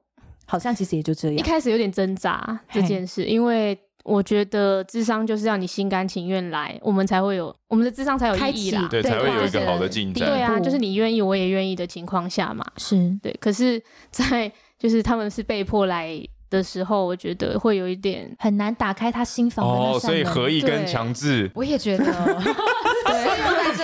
[SPEAKER 1] 好像其实也就这
[SPEAKER 6] 一
[SPEAKER 1] 样？
[SPEAKER 6] 开始有点挣扎这件事，因为我觉得智商就是要你心甘情愿来，我们才会有我们的智商才有
[SPEAKER 2] 开
[SPEAKER 6] 意义啦
[SPEAKER 2] 启。
[SPEAKER 4] 对，
[SPEAKER 2] 对
[SPEAKER 4] 才会有一个好的进
[SPEAKER 2] 对
[SPEAKER 4] 展。
[SPEAKER 6] 对啊，
[SPEAKER 2] 步
[SPEAKER 6] 就是你愿意，我也愿意的情况下嘛。
[SPEAKER 1] 是
[SPEAKER 6] 对，可是， 在就是他们是被迫来的时候，我觉得会有一点
[SPEAKER 1] 很难打开他心房的那扇门。
[SPEAKER 4] 哦，所以合意跟
[SPEAKER 6] 对
[SPEAKER 4] 强制，
[SPEAKER 5] 我也觉得，对啊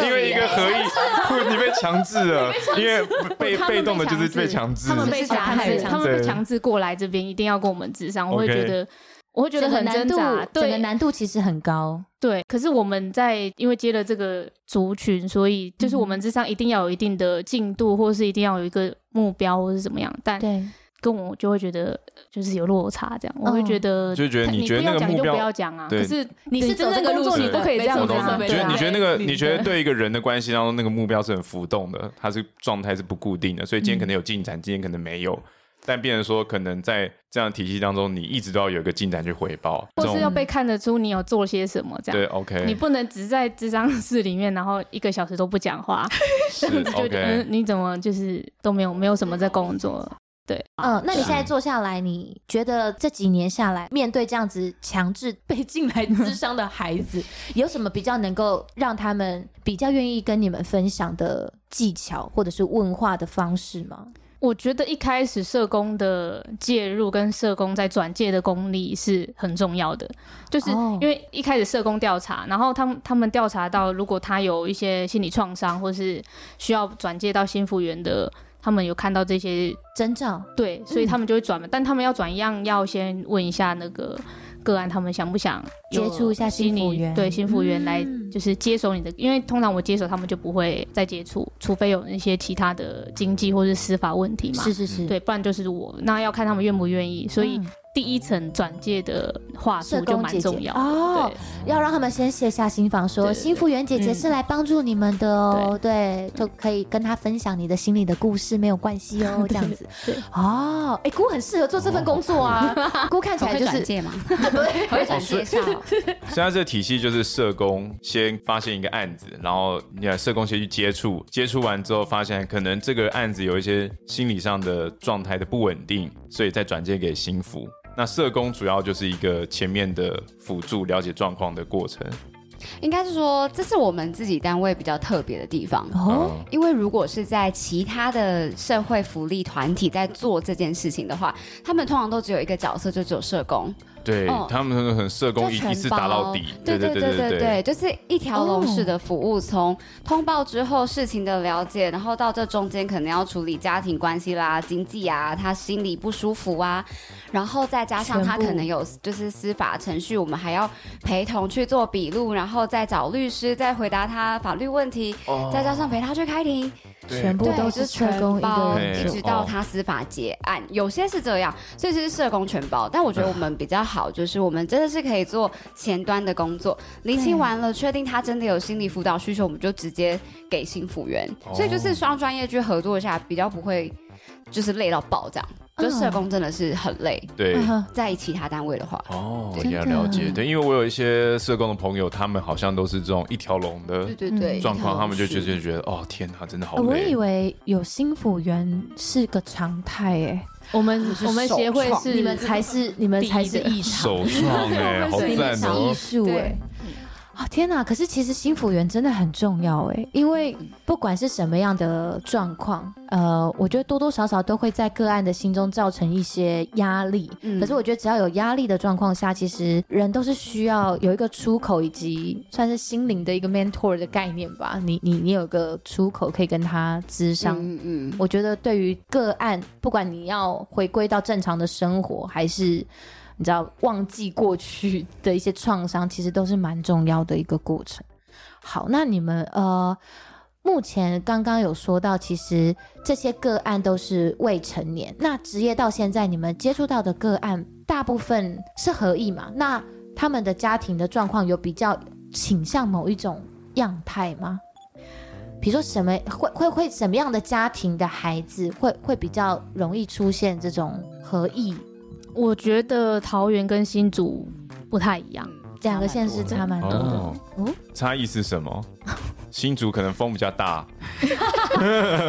[SPEAKER 4] 因为一个合意，你被强制了，因为被
[SPEAKER 6] 他们被
[SPEAKER 4] 被动的就是被强
[SPEAKER 6] 强
[SPEAKER 4] 制
[SPEAKER 6] 他。们
[SPEAKER 2] 是
[SPEAKER 6] 被
[SPEAKER 2] 小
[SPEAKER 6] 强
[SPEAKER 2] 孩
[SPEAKER 6] 制，
[SPEAKER 2] 强
[SPEAKER 6] 他们被
[SPEAKER 4] 制
[SPEAKER 6] 强制过来这边，一定要跟我们智商，我会
[SPEAKER 4] OK
[SPEAKER 6] 觉得，我会觉得
[SPEAKER 1] 整个
[SPEAKER 6] 很
[SPEAKER 1] 难
[SPEAKER 6] 挣
[SPEAKER 1] 度
[SPEAKER 6] 扎。，
[SPEAKER 1] 整个
[SPEAKER 6] 对
[SPEAKER 1] 难度其实很高。
[SPEAKER 6] 对，可是我们在因为接了这个族群，所以就是我们智商一定要有一定的进度，或是一定要有一个目标，或是怎么样。但
[SPEAKER 1] 对，
[SPEAKER 6] 跟我就会觉得就是有落差，这样我会觉得
[SPEAKER 4] 就觉得
[SPEAKER 6] 你
[SPEAKER 4] 你觉得那个
[SPEAKER 6] 不要讲
[SPEAKER 4] 目
[SPEAKER 6] 就
[SPEAKER 4] 标
[SPEAKER 6] 不要讲啊，
[SPEAKER 4] 对
[SPEAKER 6] 可哦是
[SPEAKER 3] 你是走
[SPEAKER 6] 真
[SPEAKER 3] 这
[SPEAKER 6] 正
[SPEAKER 3] 个
[SPEAKER 6] 工
[SPEAKER 3] 路
[SPEAKER 6] 作
[SPEAKER 3] 线
[SPEAKER 6] 你不可以这样
[SPEAKER 4] 我
[SPEAKER 6] 子
[SPEAKER 4] 懂
[SPEAKER 6] 啊，
[SPEAKER 4] 了
[SPEAKER 3] 没
[SPEAKER 4] 觉
[SPEAKER 3] 错
[SPEAKER 6] 对
[SPEAKER 4] 得
[SPEAKER 6] 啊
[SPEAKER 4] 你觉得那个，
[SPEAKER 3] 对
[SPEAKER 4] 你觉得对一个人的关系当中，那个目标是很浮动的，它是状态是不固定的，所以今天
[SPEAKER 6] 嗯
[SPEAKER 4] 可能有进展，今天可能没有。但变成说，可能在这样的体系当中，你一直都要有一个进展去回报。这
[SPEAKER 6] 或是要
[SPEAKER 4] 种
[SPEAKER 6] 被看得出你有做些什么这样。
[SPEAKER 4] 对，OK，
[SPEAKER 6] 你不能只在智商室里面，然后一个小时都不讲话，
[SPEAKER 4] 是
[SPEAKER 6] 就觉得嗯
[SPEAKER 4] OK，
[SPEAKER 6] 你怎么就是都没有没有什么在工作？对，
[SPEAKER 1] 嗯，那你
[SPEAKER 4] 是
[SPEAKER 1] 现在坐下来，你觉得这几年下来，面对这样子强制被进来智商的孩子，有什么比较能够让他们比较愿意跟你们分享的技巧，或者是问话的方式吗？
[SPEAKER 6] 我觉得一开始社工的介入跟社工在转介的功力是很重要的，就是
[SPEAKER 1] 哦
[SPEAKER 6] 因为一开始社工调查，然后他们他们调查到，如果他有一些心理创伤，或是需要转介到心服员的，他们有看到这些
[SPEAKER 1] 征兆
[SPEAKER 6] 对，所
[SPEAKER 1] 嗯
[SPEAKER 6] 以他们就会转嘛。但他们要转一样，要先问一下那个个案，他们想不想有
[SPEAKER 1] 接触一下
[SPEAKER 6] 心
[SPEAKER 1] 心辅
[SPEAKER 6] 理
[SPEAKER 1] 员
[SPEAKER 6] 对心服员来
[SPEAKER 1] 嗯
[SPEAKER 6] 就是接手你的，因为通常我接手他们就不会再接触，除非有那些其他的经济或是司法问题嘛。
[SPEAKER 1] 是是是，
[SPEAKER 6] 对，不然就是我，那要看他们愿不愿意。所以
[SPEAKER 1] 嗯
[SPEAKER 6] 第一层转介的话术
[SPEAKER 1] 社
[SPEAKER 6] 就
[SPEAKER 1] 工
[SPEAKER 6] 蛮
[SPEAKER 1] 姐姐
[SPEAKER 6] 重要的。
[SPEAKER 1] 哦
[SPEAKER 6] 对
[SPEAKER 1] 要让他们先卸下心房，说
[SPEAKER 6] 对对对
[SPEAKER 1] 新服员姐姐是来帮助你们的哦，对，就可以跟她分享你的心里的故事，没有关系哦，这样子
[SPEAKER 6] 对。
[SPEAKER 1] 哦，哎，姑很适合做这份工作啊，姑看起来就
[SPEAKER 5] 转
[SPEAKER 1] 是哦
[SPEAKER 5] 介 嘛，
[SPEAKER 1] 对，
[SPEAKER 5] 会转介绍，
[SPEAKER 4] 现在这个体系就是社工先发现一个案子，然后你看社工先去接触，接触完之后发现可能这个案子有一些心理上的状态的不稳定，所以再转接给心服。那社工主要就是一个前面的辅助了解状况的过程。
[SPEAKER 5] 应该是说这是我们自己单位比较特别的地方。
[SPEAKER 1] 哦，
[SPEAKER 4] 嗯
[SPEAKER 5] 因为如果是在其他的社会福利团体在做这件事情的话，他们通常都只有一个角色，就只有社工，
[SPEAKER 4] 对、
[SPEAKER 5] 哦
[SPEAKER 4] 他们很社工一
[SPEAKER 5] 就全包
[SPEAKER 4] 一次打到底，
[SPEAKER 5] 对
[SPEAKER 4] 对
[SPEAKER 5] 对
[SPEAKER 4] 对
[SPEAKER 5] 对
[SPEAKER 4] 对，
[SPEAKER 5] 就是一条龙式
[SPEAKER 1] 哦
[SPEAKER 5] 的服务，从通报之后事情的了解，然后到这中间可能要处理家庭关系啦、经济啊，他心里不舒服啊，然后再加上他
[SPEAKER 1] 全部
[SPEAKER 5] 可能有就是司法程序，我们还要陪同去做笔录，然后再找律师，再回答他法律问题，
[SPEAKER 4] 哦
[SPEAKER 5] 再加上陪他去开庭，
[SPEAKER 4] 对
[SPEAKER 1] 全部
[SPEAKER 5] 对，
[SPEAKER 1] 都
[SPEAKER 5] 就是是
[SPEAKER 1] 社
[SPEAKER 5] 全
[SPEAKER 1] 工一
[SPEAKER 5] 包
[SPEAKER 1] 个
[SPEAKER 4] 对
[SPEAKER 1] 人
[SPEAKER 5] 一
[SPEAKER 1] 做
[SPEAKER 5] 直到
[SPEAKER 4] 哦
[SPEAKER 5] 他司法结案，有些是这样，所以这是社工全包。但我觉得我们比较好，就是我们真的是可以做前端的工作，厘清完了，确定他真的有心理辅导需求，我们就直接给心辅员。所以就是双专业去合作一下，比较不会就是累到爆这样。就社工真的是很累，
[SPEAKER 4] 对。
[SPEAKER 1] 嗯哼
[SPEAKER 5] 在其他单位的话，
[SPEAKER 4] 哦，
[SPEAKER 1] 真
[SPEAKER 4] 也
[SPEAKER 1] 的
[SPEAKER 4] 了解，对，因为我有一些社工的朋友，他们好像都是这种一条龙的
[SPEAKER 5] 对对对，
[SPEAKER 4] 嗯状况，他们就觉
[SPEAKER 5] 一条龙
[SPEAKER 4] 得
[SPEAKER 5] 是
[SPEAKER 4] 觉得哦，天哪，真的好
[SPEAKER 8] 呃我
[SPEAKER 4] 累
[SPEAKER 8] 以。为有心辅员是个常态诶，
[SPEAKER 6] 我们我们协会是
[SPEAKER 1] 你们才是你们才是
[SPEAKER 6] 第一
[SPEAKER 1] 异常。
[SPEAKER 4] 首创哎、好赞
[SPEAKER 1] 艺
[SPEAKER 4] 哦！
[SPEAKER 1] 术哎、
[SPEAKER 5] 对
[SPEAKER 8] 啊天哪！可是其实心辅员真的很重要诶，因为不管是什么样的状况，呃，我觉得多多少少都会在个案的心中造成一些压力。
[SPEAKER 5] 嗯
[SPEAKER 8] 可是我觉得只要有压力的状况下，其实人都是需要有一个出口，以及算是心灵的一个 mentor 的概念吧。你你你有个出口可以跟他咨商，
[SPEAKER 5] 嗯嗯嗯
[SPEAKER 8] 我觉得对于个案，不管你要回归到正常的生活，还是你知道忘记过去的一些创伤，其实都是蛮重要的一个过程。好，那你们呃，目前刚刚有说到，其实这些个案都是未成年。那职业到现在，你们接触到的个案，大部分是合意嘛？那他们的家庭的状况有比较倾向某一种样态吗？比如说什么会会会什么样的家庭的孩子会会比较容易出现这种合意？
[SPEAKER 6] 我觉得桃园跟新竹不太一样。
[SPEAKER 8] 两
[SPEAKER 4] 哦
[SPEAKER 8] 个县市差蛮多的，
[SPEAKER 4] 哦，差异是什么？新竹可能风比较大，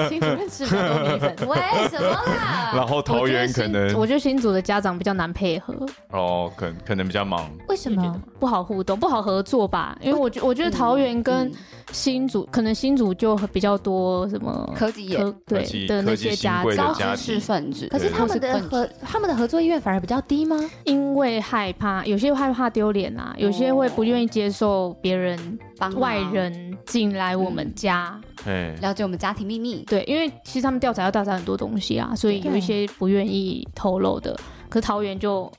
[SPEAKER 1] 新竹人吃比较多米粉。
[SPEAKER 2] 喂，什么啦？
[SPEAKER 4] 然后桃园可能
[SPEAKER 6] 我觉得新组的家长比较难配合，
[SPEAKER 4] 哦，可可能比较忙，
[SPEAKER 1] 为什么？
[SPEAKER 6] 不好互动，不好合作吧？因为我觉我觉得桃
[SPEAKER 1] 嗯
[SPEAKER 6] 园跟
[SPEAKER 5] 嗯
[SPEAKER 6] 新竹，可能新竹就比较多什么
[SPEAKER 5] 科技也
[SPEAKER 6] 科
[SPEAKER 4] 科
[SPEAKER 6] 对
[SPEAKER 4] 技
[SPEAKER 6] 的
[SPEAKER 4] 科
[SPEAKER 6] 那
[SPEAKER 4] 技
[SPEAKER 6] 些
[SPEAKER 4] 新
[SPEAKER 6] 家
[SPEAKER 4] 贵
[SPEAKER 6] 长，
[SPEAKER 4] 的
[SPEAKER 5] 高
[SPEAKER 4] 家
[SPEAKER 5] 知识
[SPEAKER 4] 庭，
[SPEAKER 5] 分子。
[SPEAKER 1] 可是他们的
[SPEAKER 5] 对
[SPEAKER 1] 合他们的合作意愿反而比较低吗？
[SPEAKER 6] 因为害怕，有些害怕丢脸
[SPEAKER 1] 哦
[SPEAKER 6] 啊，有些会不愿意接受别人
[SPEAKER 5] 帮忙
[SPEAKER 6] 外人进来我们家。
[SPEAKER 1] 嗯
[SPEAKER 4] 哎，
[SPEAKER 5] 了解我们家庭秘密，
[SPEAKER 6] 对，因为其实他们调查要调查很多东西啊，所以有一些不愿意透露的。可是桃园就，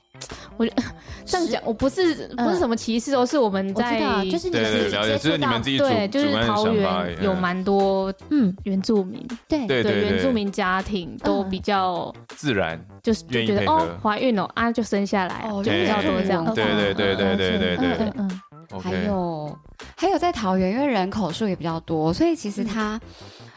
[SPEAKER 6] 我觉得这样讲，我不是不是什么歧视哦，是我们
[SPEAKER 1] 嗯我知
[SPEAKER 6] 在
[SPEAKER 1] 道，啊就是你
[SPEAKER 4] 对对，
[SPEAKER 1] 们
[SPEAKER 4] 对了解，
[SPEAKER 1] 接
[SPEAKER 4] 这
[SPEAKER 1] 触
[SPEAKER 4] 是你
[SPEAKER 1] 到
[SPEAKER 4] 们自，己主
[SPEAKER 6] 对，就是
[SPEAKER 4] 主观的
[SPEAKER 6] 桃
[SPEAKER 4] 想法而已
[SPEAKER 6] 园，有
[SPEAKER 4] 嗯
[SPEAKER 6] 蛮多
[SPEAKER 1] 嗯，
[SPEAKER 6] 原住民，
[SPEAKER 1] 对，
[SPEAKER 4] 对对
[SPEAKER 6] 原
[SPEAKER 4] 对，
[SPEAKER 6] 住民家庭都比较
[SPEAKER 4] 自然，
[SPEAKER 6] 就是就
[SPEAKER 4] 愿意
[SPEAKER 6] 觉得
[SPEAKER 4] 配合
[SPEAKER 6] 哦，怀孕了啊就生下来啊，
[SPEAKER 5] 哦
[SPEAKER 6] 就比较多这样
[SPEAKER 5] 对。
[SPEAKER 4] 对对对对对对对
[SPEAKER 1] 嗯嗯嗯
[SPEAKER 5] 还
[SPEAKER 4] OK，
[SPEAKER 5] 有还有在桃园，因为人口数也比较多，所以其实它、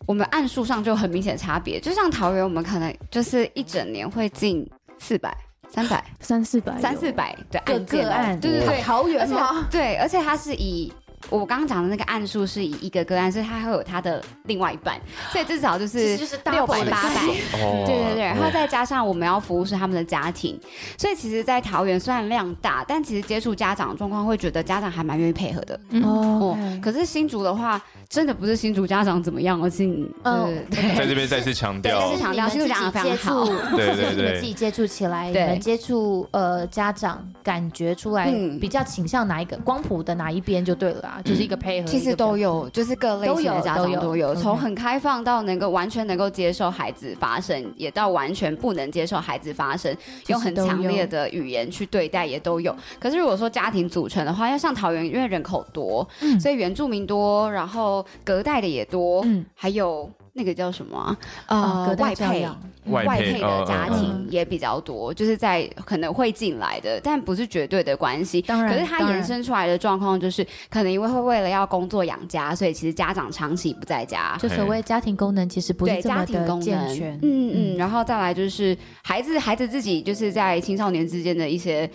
[SPEAKER 5] 我们按数上就有很明显的差别。就像桃园，我们可能就是一整年会进四百、三百、
[SPEAKER 6] 三四百有，
[SPEAKER 5] 三四百的
[SPEAKER 1] 个
[SPEAKER 5] 案件哦，
[SPEAKER 1] 个案，
[SPEAKER 5] 对对对，
[SPEAKER 1] 桃
[SPEAKER 5] 而
[SPEAKER 1] 园
[SPEAKER 5] 且
[SPEAKER 1] 吗？
[SPEAKER 5] 对，而且它是以我刚刚讲的那个案数是以一个个案，所以它会有它的另外一半，所以至少就是
[SPEAKER 1] 就是
[SPEAKER 5] 六百八百。
[SPEAKER 4] 哦，
[SPEAKER 5] 对对对，然后
[SPEAKER 4] 哦
[SPEAKER 5] 再加上我们要服务是他们的家庭，所以其实，在桃园虽然量大，但其实接触家长的状况，会觉得家长还蛮愿意配合的。
[SPEAKER 6] 嗯
[SPEAKER 1] 哦
[SPEAKER 5] 哦，可是新竹的话，真的不是新竹家长怎么样，而是你
[SPEAKER 1] 嗯
[SPEAKER 5] 呃对
[SPEAKER 4] 在这 边再次强
[SPEAKER 5] 对
[SPEAKER 4] 调
[SPEAKER 5] 是，强调
[SPEAKER 1] 是你们自己接触，
[SPEAKER 4] 对
[SPEAKER 1] 或者是
[SPEAKER 4] 对
[SPEAKER 1] 你们
[SPEAKER 4] 对
[SPEAKER 1] 自己接触起来，你
[SPEAKER 5] 对
[SPEAKER 1] 们接触呃家长，感觉出来
[SPEAKER 5] 嗯
[SPEAKER 1] 比较倾向哪一个光谱的哪一边就对了啦，就是一个配合，
[SPEAKER 5] 嗯其实都有，就是各类型
[SPEAKER 1] 都有
[SPEAKER 5] 的家长
[SPEAKER 1] 都有
[SPEAKER 5] 都有，
[SPEAKER 1] OK
[SPEAKER 5] 从很开放到能够完全能够接受孩子发声，也到完全不能接受孩子发声，
[SPEAKER 1] 其实
[SPEAKER 5] 用很
[SPEAKER 1] 都有
[SPEAKER 5] 强烈的语言去对待也都有。可是如果说家庭组成的话，要像桃园，因为人口多，
[SPEAKER 1] 嗯
[SPEAKER 5] 所以原住民多，然后隔代的也多，
[SPEAKER 1] 嗯
[SPEAKER 5] 还有那个叫什么啊、
[SPEAKER 1] 啊
[SPEAKER 5] 呃
[SPEAKER 1] 隔，代
[SPEAKER 5] 外
[SPEAKER 1] 教
[SPEAKER 5] 配
[SPEAKER 1] 养。
[SPEAKER 4] 嗯外
[SPEAKER 5] 外
[SPEAKER 4] 配
[SPEAKER 5] 配的家
[SPEAKER 4] 嗯嗯嗯
[SPEAKER 5] 庭也比较多，就是在可能会进来的，但不是绝对的关系。
[SPEAKER 1] 当然
[SPEAKER 5] 可是它
[SPEAKER 1] 当然
[SPEAKER 5] 衍生出来的状况就是，可能因为会为了要工作养家，所以其实家长长期不在家。
[SPEAKER 1] 就所谓家庭功能，其实不
[SPEAKER 5] 对
[SPEAKER 1] 是这
[SPEAKER 5] 家
[SPEAKER 1] 么
[SPEAKER 5] 庭
[SPEAKER 1] 的
[SPEAKER 5] 功
[SPEAKER 1] 健
[SPEAKER 5] 能
[SPEAKER 1] 全，，
[SPEAKER 5] 嗯嗯，然后再来就是孩子孩子自己就是在青少年之间的一些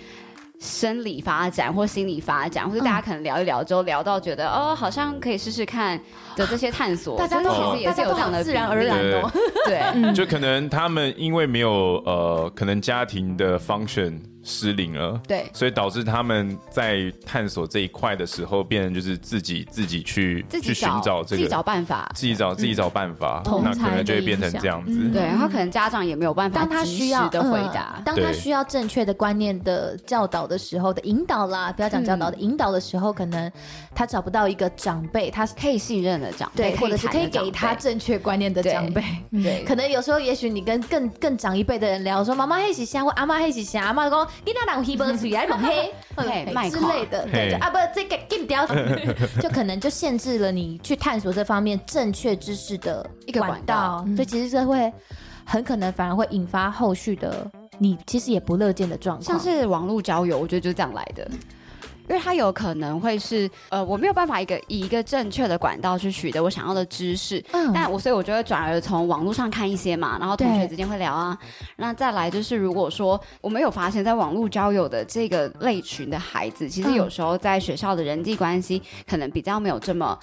[SPEAKER 5] 生理发展或心理发展，或者
[SPEAKER 1] 嗯
[SPEAKER 5] 大家可能聊一聊之后聊到觉得哦，好像可以试试看的这些探索，
[SPEAKER 1] 大家都
[SPEAKER 5] 这其
[SPEAKER 1] 好
[SPEAKER 5] 实也是有这样的
[SPEAKER 1] 自然
[SPEAKER 5] 比
[SPEAKER 1] 而
[SPEAKER 5] 例
[SPEAKER 1] 然
[SPEAKER 4] 对
[SPEAKER 1] 哦。
[SPEAKER 5] 对，
[SPEAKER 4] 就可能他们因为没有呃，可能家庭的 function 失灵了，
[SPEAKER 5] 对
[SPEAKER 4] 所以导致他们在探索这一块的时候，变成就是自己自己去
[SPEAKER 5] 自己
[SPEAKER 4] 去寻
[SPEAKER 5] 找
[SPEAKER 4] 找
[SPEAKER 5] 自
[SPEAKER 4] 这
[SPEAKER 5] 己
[SPEAKER 4] 个
[SPEAKER 5] 找办法，
[SPEAKER 4] 自己找
[SPEAKER 1] 嗯
[SPEAKER 4] 自己找办法，
[SPEAKER 6] 同
[SPEAKER 4] 那
[SPEAKER 6] 才
[SPEAKER 4] 可能就会
[SPEAKER 6] 的
[SPEAKER 4] 变成
[SPEAKER 6] 影响
[SPEAKER 4] 这样子。
[SPEAKER 5] 对，然后可能家长也没有办法
[SPEAKER 1] 当他需要
[SPEAKER 5] 及时的回答
[SPEAKER 1] 嗯，当他
[SPEAKER 4] 对
[SPEAKER 1] 需要正确的观念的教导的时候的引导啦，不要讲
[SPEAKER 5] 嗯
[SPEAKER 1] 教导的引导的时候，可能他找不到一个长辈，他是
[SPEAKER 5] 可以信任的长辈，
[SPEAKER 1] 对，或者是可以
[SPEAKER 5] 谈的
[SPEAKER 1] 给
[SPEAKER 5] 长
[SPEAKER 1] 他嗯
[SPEAKER 5] 辈
[SPEAKER 1] 正确观念的
[SPEAKER 5] 对
[SPEAKER 1] 长 辈。
[SPEAKER 5] 对
[SPEAKER 1] 可能有时候，也许你跟更更长一辈的人聊，说妈妈黑起虾或阿妈黑起虾，阿妈讲你哪有黑帮嘴来猛黑
[SPEAKER 5] 嘿
[SPEAKER 1] 嗯
[SPEAKER 5] 卖
[SPEAKER 1] 之
[SPEAKER 5] 垮
[SPEAKER 1] 类的，对，
[SPEAKER 4] 嘿
[SPEAKER 1] 就啊不这个 g 掉，就可能就限制了你去探索这方面正确知识的
[SPEAKER 5] 一个管
[SPEAKER 1] 管道
[SPEAKER 5] 道，
[SPEAKER 1] 所以其实这会很可能反而会引发后续的你其实也不乐见的状况，
[SPEAKER 5] 像是网络交友，我觉得就是这样来的。因为他有可能会是，呃，我没有办法一个以一个正确的管道去取得我想要的知识，
[SPEAKER 1] 嗯
[SPEAKER 5] 但我所以我就会转而从网络上看一些嘛，然后同学之间会聊啊。那再来就是，如果说我们有发现，在网络交友的这个类群的孩子，
[SPEAKER 1] 嗯
[SPEAKER 5] 其实有时候在学校的人际关系可能比较没有这么，